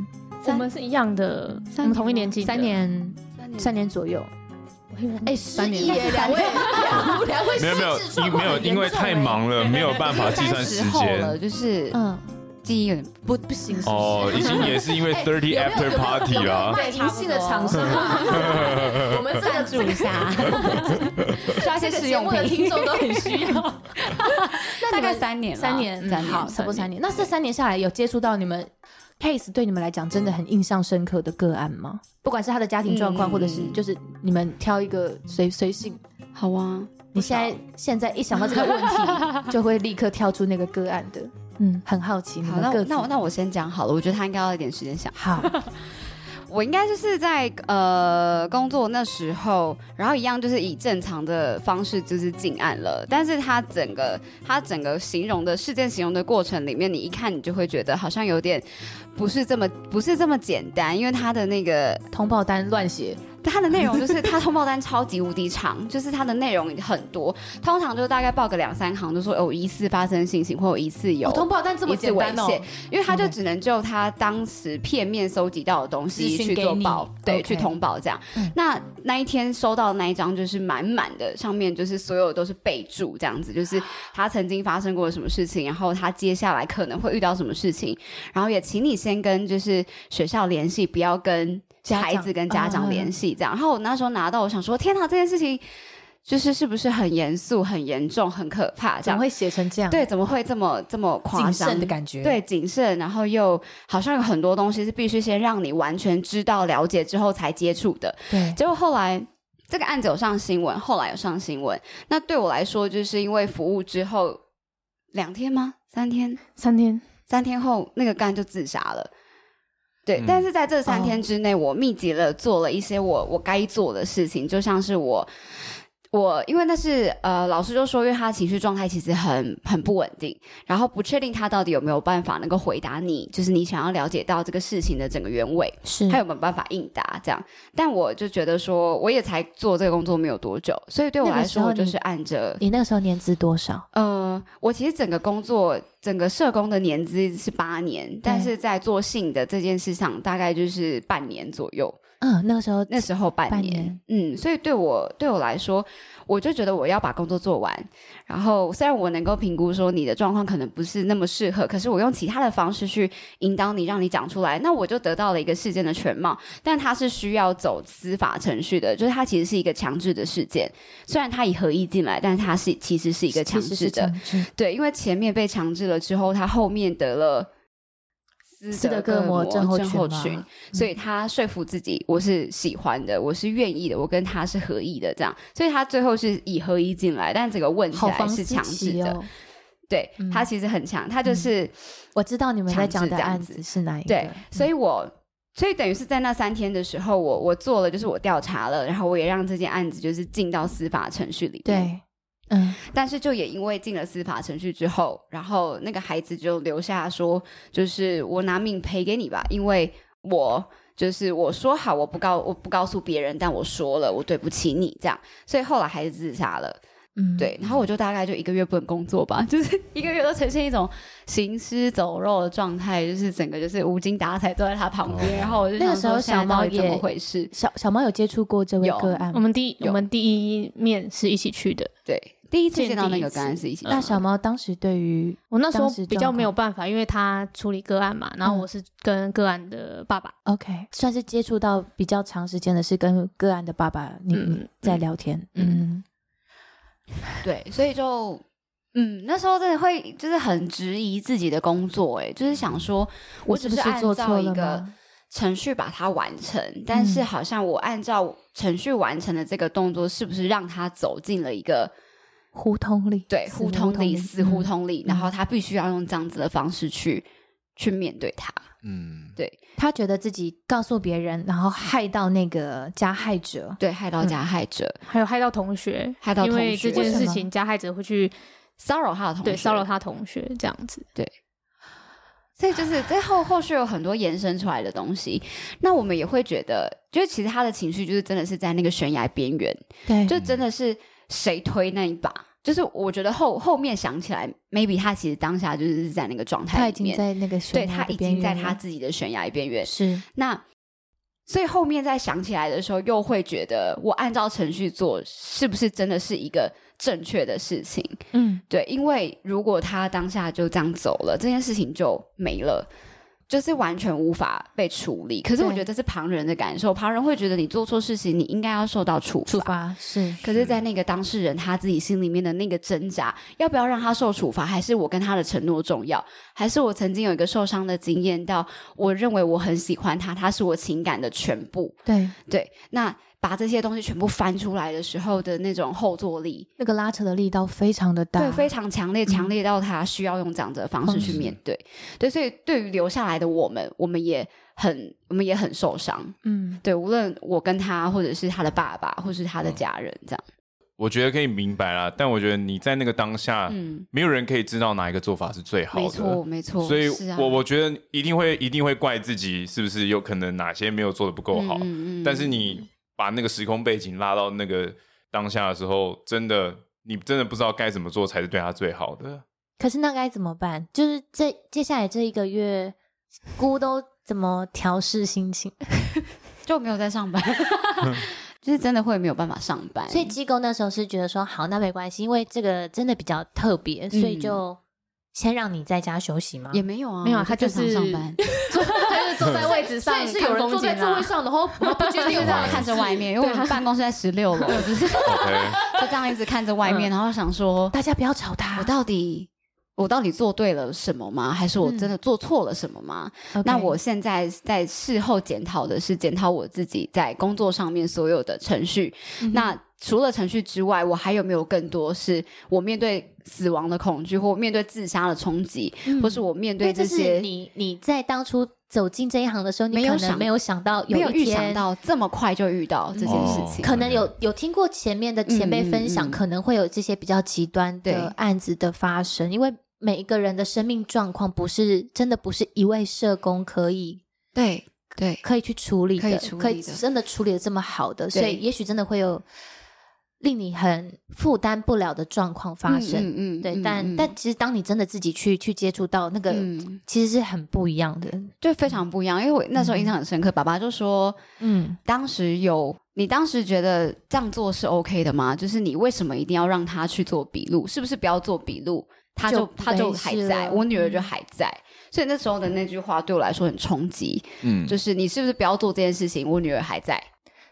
[SPEAKER 6] 我们是一样的，我们嗯同一年级的
[SPEAKER 1] 三，年，三年左右。哎，
[SPEAKER 6] 三年
[SPEAKER 1] 失忆耶两位，两位
[SPEAKER 4] 没有没有，因没有因为太忙
[SPEAKER 5] 欸
[SPEAKER 4] 了，没有办法计算
[SPEAKER 5] 三
[SPEAKER 4] 时
[SPEAKER 5] 十后了，
[SPEAKER 4] 间。
[SPEAKER 5] 就是
[SPEAKER 1] 嗯，
[SPEAKER 5] 记忆有点
[SPEAKER 1] 不不行，是不是
[SPEAKER 4] 哦，已经也是因
[SPEAKER 5] 哎
[SPEAKER 4] 为 thirty after party 啊啦。
[SPEAKER 1] 卖银杏的厂商啊，我们这个主
[SPEAKER 2] 一下，
[SPEAKER 5] 加一些试用品，
[SPEAKER 1] 听众都很需 要。
[SPEAKER 5] 大概三年了，
[SPEAKER 1] 三年，
[SPEAKER 5] 三
[SPEAKER 1] 嗯
[SPEAKER 5] 年，
[SPEAKER 1] 好，差不多三年。那这三年下来，有接触到你们 case 对你们来讲真的很印象深刻的个案吗？不管是他的家庭状况，
[SPEAKER 5] 嗯
[SPEAKER 1] 或者是就是你们挑一个随随性。
[SPEAKER 5] 好啊，
[SPEAKER 1] 你现在现在一想到这个问 题，就会立刻跳出那个个案的。嗯，很好奇你
[SPEAKER 5] 好，
[SPEAKER 1] 们
[SPEAKER 5] 那
[SPEAKER 1] 各
[SPEAKER 5] 我
[SPEAKER 1] 自
[SPEAKER 5] 那我那我先讲好了，我觉得他应该要一点时间想。
[SPEAKER 1] 好，
[SPEAKER 5] 我应该就是在呃工作那时候，然后一样就是以正常的方式就是进案了。但是他整个他整个形容的事件形容的过程里面，你一看你就会觉得好像有点不是这么不是这么简单，因为他的那个
[SPEAKER 1] 通报单乱写，
[SPEAKER 5] 它的内容就是它通报单超级无敌长， 就是它的内容很多，通常就大概报个两三行，就说哦疑似发生性侵或有疑似 有、
[SPEAKER 1] 哦通报单这么
[SPEAKER 5] 疑似
[SPEAKER 1] 简
[SPEAKER 5] 猥
[SPEAKER 1] 单哦
[SPEAKER 5] 亵，因为他就
[SPEAKER 1] OK
[SPEAKER 5] 只能就他当时片面搜集到的东西
[SPEAKER 1] 资讯
[SPEAKER 5] 去做
[SPEAKER 1] 给你
[SPEAKER 5] 报，对
[SPEAKER 1] OK 嗯
[SPEAKER 5] 去通报这样。那那一天收到的那一张就是满满的，上面就是所有都是备注这样子，就是他曾经发生过什么事情，然后他接下来可能会遇到什么事情，然后也请你先跟就是学校联系，不要跟
[SPEAKER 1] 家长
[SPEAKER 5] 孩子跟家
[SPEAKER 1] 嗯
[SPEAKER 5] 长
[SPEAKER 1] 嗯嗯
[SPEAKER 5] 联系这样。然后我那时候拿到，我想说，天哪，这件事情就是是不是很严肃、很严重、很可怕这
[SPEAKER 1] 怎么
[SPEAKER 5] 样？
[SPEAKER 1] 会写成这样？
[SPEAKER 5] 对，，怎么会这么这么夸
[SPEAKER 1] 谨
[SPEAKER 5] 张
[SPEAKER 1] 慎的感觉。，
[SPEAKER 5] 对，谨慎，然后又好像有很多东西是必须先让你完全知道、了解之后才接触的。
[SPEAKER 1] 对
[SPEAKER 5] 结果后来这个案子有上新闻，后来有上新闻。那对我来说，就是因为服务之后两天吗？三天？
[SPEAKER 6] 三天，
[SPEAKER 5] 三天后那个干就自杀了。对，
[SPEAKER 4] 嗯
[SPEAKER 5] 但是在这三
[SPEAKER 1] 哦
[SPEAKER 5] 天之内，我密集了做了一些我我该做的事情，就像是我。我因为那是呃，老师就说，因为他情绪状态其实很很不稳定，然后不确定他到底有没有办法能够回答你，就是你想要了解到这个事情的整个原委，
[SPEAKER 1] 是
[SPEAKER 5] 他有没有办法应答这样。但我就觉得说，我也才做这个工作没有多久，所以对我
[SPEAKER 1] 那个
[SPEAKER 5] 来
[SPEAKER 1] 时
[SPEAKER 5] 说，
[SPEAKER 1] 候
[SPEAKER 5] 我就
[SPEAKER 1] 你
[SPEAKER 5] 是按着
[SPEAKER 1] 你那个时候年资多少？
[SPEAKER 5] 呃，我其实整个工作，整个社工的年资是八年，但是在做性的这件事上，大概就是半年左右。
[SPEAKER 1] 嗯，那个时候
[SPEAKER 5] 那时候半
[SPEAKER 1] 半
[SPEAKER 5] 年，嗯，所以对我对我来说，我就觉得我要把工作做完。然后虽然我能够评估说你的状况可能不是那么适合，可是我用其他的方式去引导你，让你讲出来，那我就得到了一个事件的全貌。但它是需要走司法程序的，就是它其实是一个强制的事件。虽然它以合意进来，但它是其实是一个强
[SPEAKER 1] 其实
[SPEAKER 5] 制
[SPEAKER 1] 是
[SPEAKER 5] 的。
[SPEAKER 1] 强制
[SPEAKER 5] 对，因为前面被强制了之后，他后面得了斯
[SPEAKER 1] 斯德
[SPEAKER 5] 德
[SPEAKER 1] 哥
[SPEAKER 5] 哥
[SPEAKER 1] 尔摩症
[SPEAKER 5] 症
[SPEAKER 1] 候
[SPEAKER 5] 候
[SPEAKER 1] 群嗯
[SPEAKER 5] 群
[SPEAKER 1] 嘛，
[SPEAKER 5] 所以他说服自己我是喜欢的，我是愿意的，我跟他是合意的这样，所以他最后是以合一进来，但整个问起
[SPEAKER 1] 好
[SPEAKER 5] 来
[SPEAKER 1] 方
[SPEAKER 5] 是强制的，
[SPEAKER 1] 哦。
[SPEAKER 5] 对
[SPEAKER 1] 嗯
[SPEAKER 5] 他其实很强，他就是、
[SPEAKER 1] 我知道你们在讲的案
[SPEAKER 5] 强制这
[SPEAKER 1] 子
[SPEAKER 5] 样子
[SPEAKER 1] 是哪一个？嗯
[SPEAKER 5] 对，所以我。所以等于是在那三天的时候，我我做了，就是我调查了，然后我也让这件案子就是进到司法程序里面。
[SPEAKER 1] 对，嗯，
[SPEAKER 5] 但是就也因为进了司法程序之后，然后那个孩子就留下说，就是我拿命赔给你吧，因为我就是我说好我不告我不告诉别人，但我说了我对不起你这样，所以后来孩子自杀了。嗯，对，然后我就大概就一个月不能工作吧， 就是一个月都呈现一种行尸走肉的状态，就是整个就是无精打采坐在他旁边，然后我就
[SPEAKER 1] 那个
[SPEAKER 5] 想
[SPEAKER 1] 时候
[SPEAKER 5] 说现在
[SPEAKER 1] 小猫
[SPEAKER 5] 到底怎
[SPEAKER 1] 也
[SPEAKER 5] 么回事？
[SPEAKER 1] 小小猫有接触过这位
[SPEAKER 5] 有嗯
[SPEAKER 1] 个案
[SPEAKER 6] 我
[SPEAKER 1] 吗？
[SPEAKER 6] 们第一
[SPEAKER 5] 有
[SPEAKER 6] 我们第一面是一起去的，
[SPEAKER 5] 对，第一次
[SPEAKER 6] 见
[SPEAKER 5] 见到
[SPEAKER 6] 第
[SPEAKER 5] 那
[SPEAKER 6] 一
[SPEAKER 5] 个
[SPEAKER 6] 次
[SPEAKER 5] 个案是一起
[SPEAKER 1] 那小猫当时对于
[SPEAKER 6] 我那时候
[SPEAKER 1] 当时
[SPEAKER 6] 比较
[SPEAKER 1] 状况
[SPEAKER 6] 没有办法，因为他处理个案嘛，然
[SPEAKER 1] 嗯
[SPEAKER 6] 后我是跟个案的爸爸，
[SPEAKER 1] OK 算是接触到比较长时间的是跟个案的爸爸你
[SPEAKER 6] 嗯
[SPEAKER 1] 你在聊天，嗯，
[SPEAKER 5] 对，所以就嗯，那时候真的会就是很质疑自己的工作、欸，哎，就是想说，我
[SPEAKER 1] 嗯是
[SPEAKER 5] 只
[SPEAKER 1] 不
[SPEAKER 5] 按
[SPEAKER 1] 做
[SPEAKER 5] 照
[SPEAKER 1] 错
[SPEAKER 5] 一
[SPEAKER 1] 了
[SPEAKER 5] 个
[SPEAKER 1] 吗？嗯
[SPEAKER 5] 程序把它完成，但是好像我按照程序完成的这个动作，是不是让他走进了一个
[SPEAKER 1] 胡同里，
[SPEAKER 5] 对
[SPEAKER 1] 死
[SPEAKER 5] 胡同里、死胡，同里，
[SPEAKER 1] 嗯
[SPEAKER 5] 然后他必须要用这样子的方式去去面对他。
[SPEAKER 4] 嗯，
[SPEAKER 1] 嗯他觉得自己告诉别人，然后害到那个加害者，
[SPEAKER 5] 对，害到加害者，
[SPEAKER 6] 还有害到同学，
[SPEAKER 5] 害到
[SPEAKER 6] 因为
[SPEAKER 5] 同学
[SPEAKER 6] 这件
[SPEAKER 1] 为
[SPEAKER 6] 事
[SPEAKER 1] 什么
[SPEAKER 6] 情加害者会去
[SPEAKER 5] 骚扰他的同学，
[SPEAKER 6] 对骚扰他同学这样子。
[SPEAKER 5] 所以就是在后后续有很多延伸出来的东西，那我们也会觉得，就是其实他的情绪就是真的是在那个悬崖边缘，
[SPEAKER 1] 对，
[SPEAKER 5] 就真的是谁推那一把，就是我觉得后后面想起来，maybe 他其实当下就是在那个状
[SPEAKER 1] 他
[SPEAKER 5] 态
[SPEAKER 1] 已
[SPEAKER 5] 里
[SPEAKER 1] 经
[SPEAKER 5] 面，
[SPEAKER 1] 在那个
[SPEAKER 5] 对
[SPEAKER 1] 悬
[SPEAKER 5] 他
[SPEAKER 1] 崖的
[SPEAKER 5] 已
[SPEAKER 1] 边
[SPEAKER 5] 经
[SPEAKER 1] 缘
[SPEAKER 5] 在
[SPEAKER 1] 了，
[SPEAKER 5] 他自己的悬崖边缘，
[SPEAKER 1] 是
[SPEAKER 5] 那所以后面再想起来的时候，又会觉得我按照程序做，是不是真的是一个正确的事情？
[SPEAKER 1] 嗯，
[SPEAKER 5] 对，因为如果他当下就这样走了，这件事情就没了。就是完全无法被处理，可是我
[SPEAKER 1] 对
[SPEAKER 5] 觉得这是旁人的感受，旁人会觉得你做错事情，你应该要受到处罚。
[SPEAKER 1] 处罚是
[SPEAKER 5] 可是，在那个当事人他自己心里面的那个挣扎，要不要让他受处罚，还是我跟他的承诺重要？还是我曾经有一个受伤的经验，到我认为我很喜欢他，他是我情感的全部。
[SPEAKER 1] 对
[SPEAKER 5] 对，那把这些东西全部翻出来的时候的那种后坐力，
[SPEAKER 1] 那个拉扯的力道非常的大，
[SPEAKER 5] 对，啊非常强烈，强烈到他需要用这样子的方式去面对。对，所以对于留下来的我们，我们也很，我们也很受伤。
[SPEAKER 1] 嗯，
[SPEAKER 5] 对，无论我跟他，或者是他的爸爸，或是他的家人，这样，
[SPEAKER 4] 我觉得可以明白啦，但我觉得你在那个当下，
[SPEAKER 5] 嗯。
[SPEAKER 4] 没有人可以知道哪一个做法是最好的。
[SPEAKER 5] 没错，没错，
[SPEAKER 4] 所以
[SPEAKER 5] 是啊
[SPEAKER 4] 我我觉得一定会一定会怪自己，是不是有可能哪些没有做的不够好？
[SPEAKER 5] 嗯嗯嗯
[SPEAKER 4] 但是你把那个时空背景拉到那个当下的时候，真的你真的不知道该怎么做才是对他最好的。
[SPEAKER 1] 可是那该怎么办？就是这接下来这一个月，姑都怎么调试心 情？
[SPEAKER 5] 就没有 在上班，就是真的会没有办法上班。
[SPEAKER 1] 所以机构那时候是觉得说，好，那没关系，因为这个真的比较特别，所以就先让你在家休息
[SPEAKER 4] 嗯
[SPEAKER 1] 嘛。
[SPEAKER 5] 也没有啊，
[SPEAKER 6] 没有啊
[SPEAKER 5] 我
[SPEAKER 6] 他
[SPEAKER 5] 正
[SPEAKER 6] 就
[SPEAKER 5] 常
[SPEAKER 6] 是
[SPEAKER 5] 上班，
[SPEAKER 6] 他就是坐在位置
[SPEAKER 3] 所以是有人坐
[SPEAKER 6] 啊
[SPEAKER 3] 在座位，上，然后不接
[SPEAKER 5] 就
[SPEAKER 3] 电
[SPEAKER 5] 这样
[SPEAKER 3] 话，
[SPEAKER 5] 看着外面，因为我们办公室在十六
[SPEAKER 4] 啊
[SPEAKER 5] 楼，就是
[SPEAKER 4] OK，
[SPEAKER 5] 就这样一直看着外面，然后想说，
[SPEAKER 1] 大家不要吵他
[SPEAKER 5] 我。到底我到底做对了什么吗？还是我真的做错了什么吗？那
[SPEAKER 1] OK
[SPEAKER 5] 我现在在事后检讨的是检讨我自己在工作上面所有的程序。那除了程序之外，我还有没有更多是我面对死亡的恐惧，或我面对自杀的冲击，或是我面
[SPEAKER 1] 嗯因为
[SPEAKER 5] 对
[SPEAKER 1] 这是
[SPEAKER 5] 些
[SPEAKER 1] 你你在当初走进这一行的时候，你
[SPEAKER 5] 没有
[SPEAKER 1] 可能
[SPEAKER 5] 想
[SPEAKER 1] 没有想到
[SPEAKER 5] 没有哦
[SPEAKER 1] 一
[SPEAKER 5] 预
[SPEAKER 1] 天，
[SPEAKER 5] 想到这么快就遇到这件事情。
[SPEAKER 1] 可能有有听过前面的前辈分享，
[SPEAKER 5] 嗯嗯嗯
[SPEAKER 1] 可能会有这些比较极端
[SPEAKER 5] 对
[SPEAKER 1] 的案子的发生，因为每一个人的生命状况不是真的不是一位社工可以
[SPEAKER 5] 对对
[SPEAKER 1] 可以去处理的，
[SPEAKER 5] 可以处理的
[SPEAKER 1] 真的处理的这么好的，所
[SPEAKER 5] 对
[SPEAKER 1] 以也许真的会有令你很负担不了的状况发生。
[SPEAKER 5] 嗯
[SPEAKER 1] 对，
[SPEAKER 5] 嗯
[SPEAKER 1] 但
[SPEAKER 5] 嗯
[SPEAKER 1] 但其实当你真的自己去去接触到那个，
[SPEAKER 5] 嗯，
[SPEAKER 1] 其实是很不一样的。
[SPEAKER 5] 就非常不一样。因为我那时候印象很深刻，爸爸就说
[SPEAKER 1] 嗯，
[SPEAKER 5] 当时有你当时觉得这样做是 OK 的吗？就是你为什么一定要让他去做笔录？是不是不要做笔录，他就
[SPEAKER 1] 就没
[SPEAKER 5] 他就还
[SPEAKER 1] 事
[SPEAKER 5] 在，
[SPEAKER 1] 了嗯
[SPEAKER 5] 我女儿就还在。所以那时候的那句话对我来说很冲击，
[SPEAKER 4] 嗯，
[SPEAKER 5] 就是你是不是不要做这件事情？我女儿还在，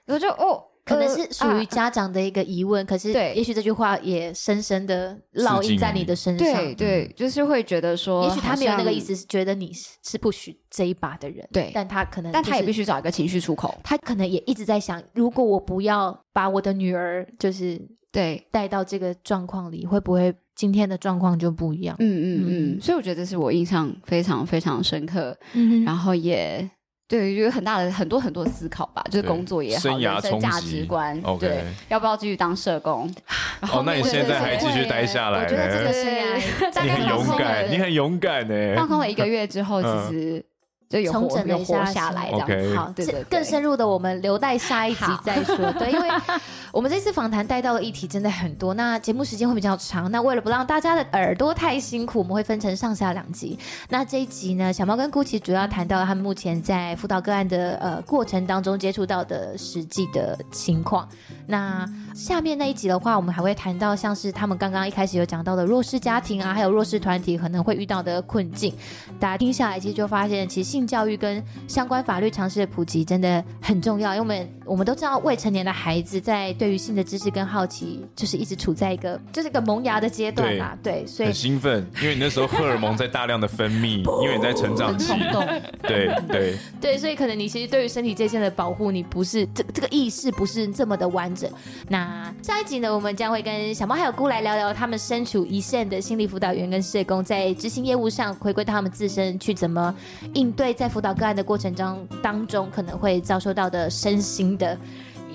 [SPEAKER 5] 我就哦，
[SPEAKER 1] 可能
[SPEAKER 5] 呃
[SPEAKER 1] 是属于
[SPEAKER 5] 啊
[SPEAKER 1] 家长的一个疑问，可是
[SPEAKER 5] 呃对
[SPEAKER 1] 也许这句话也深深的烙印在你的身上。嗯
[SPEAKER 5] 对对，就是会觉得说，
[SPEAKER 1] 也许他没有那个意思，
[SPEAKER 5] 好像，
[SPEAKER 1] 是觉得你是是不许这一把的人，
[SPEAKER 5] 对
[SPEAKER 1] 但他可能、
[SPEAKER 5] 但他也必
[SPEAKER 1] 须。
[SPEAKER 5] 须找一个情绪出口。
[SPEAKER 1] 他可能也一直在想，如果我不要把我的女儿就是
[SPEAKER 5] 对，
[SPEAKER 1] 带到这个状况里，会不会今天的状况就不一样？
[SPEAKER 5] 嗯嗯嗯，所以我觉得这是我印象非常非常深刻，
[SPEAKER 1] 嗯
[SPEAKER 5] 然后也对有很大的很多很多思考吧，就是
[SPEAKER 4] 对
[SPEAKER 5] 工作也好，
[SPEAKER 4] 生涯
[SPEAKER 5] 人生
[SPEAKER 4] 冲
[SPEAKER 5] 价
[SPEAKER 4] 击
[SPEAKER 5] 值观
[SPEAKER 4] OK
[SPEAKER 5] 对，要不要继续当社工？然后
[SPEAKER 4] 哦，那你
[SPEAKER 5] 我觉
[SPEAKER 4] 现
[SPEAKER 5] 得
[SPEAKER 4] 在
[SPEAKER 5] 这
[SPEAKER 4] 还
[SPEAKER 5] 个
[SPEAKER 4] 继续待下来，
[SPEAKER 5] 我觉得这个
[SPEAKER 4] 欸
[SPEAKER 5] 是大
[SPEAKER 4] 你
[SPEAKER 5] 概
[SPEAKER 4] 很
[SPEAKER 5] 放
[SPEAKER 4] 勇
[SPEAKER 5] 空了
[SPEAKER 4] 敢，你很勇敢呢、
[SPEAKER 5] 放空了一个月之后，其
[SPEAKER 4] 哎嗯
[SPEAKER 5] 实就有
[SPEAKER 1] 重
[SPEAKER 5] 活
[SPEAKER 1] 整了
[SPEAKER 5] 有
[SPEAKER 1] 一
[SPEAKER 5] 活
[SPEAKER 1] 下
[SPEAKER 5] 下
[SPEAKER 1] 心
[SPEAKER 5] 来
[SPEAKER 1] 理
[SPEAKER 5] 这样子。
[SPEAKER 4] OK
[SPEAKER 1] 好，
[SPEAKER 5] 对
[SPEAKER 1] 这
[SPEAKER 5] 对对
[SPEAKER 1] 更深入的我们留待下一集再说。对，因为 我们这次访谈带到的议题真的很多，那节目时间会比较长。那为了不让大家的耳朵太辛苦，我们会分成上下两集。那这一集呢，小猫跟姑奇主要谈到他们目前在辅导个案的呃过程当中接触到的实际的情况。那下面那一集的话，我们还会谈到像是他们刚刚一开始有讲到的弱势家庭啊，还有弱势团体可能会遇到的困境。大家听下来，其实就发现，其实性教育跟相关法律常识的普及真的很重要，因为我们我们都知道，未成年的孩子在对于性的知识跟好奇，就是一直处在一个就是一个萌芽的阶段啦。对，所以
[SPEAKER 4] 很兴奋，因为你那时候荷尔蒙在大量的分泌，因为你在成长期
[SPEAKER 1] 冲，动，
[SPEAKER 4] 对对，
[SPEAKER 1] 对，所以可能你其实对于身体界限的保护，你不是这这个意识不是这么的完整。那下一集呢，我们将会跟小猫还有姑来聊聊他们身处一线的心理辅导员跟社工在执行业务上回归到他们自身去怎么应对在辅导个案的过程中当中可能会遭受到的身心的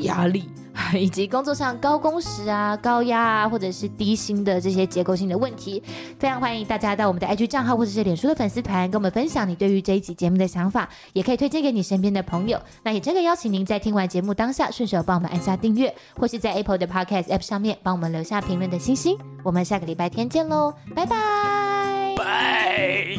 [SPEAKER 1] 压力。 以及工作上高工时啊、高压啊，或者是低薪的这些结构性的问题，非常欢迎大家到我们的 IG 账号或者是脸书的粉丝团，跟我们分享你对于这一集节目的想法，也可以推荐给你身边的朋友。那也真的邀请您在听完节目当下，顺手帮我们按下订阅，或是在 Apple 的 Podcast App 上面帮我们留下评论的星星。我们下个礼拜天见喽，拜拜。
[SPEAKER 4] 哎。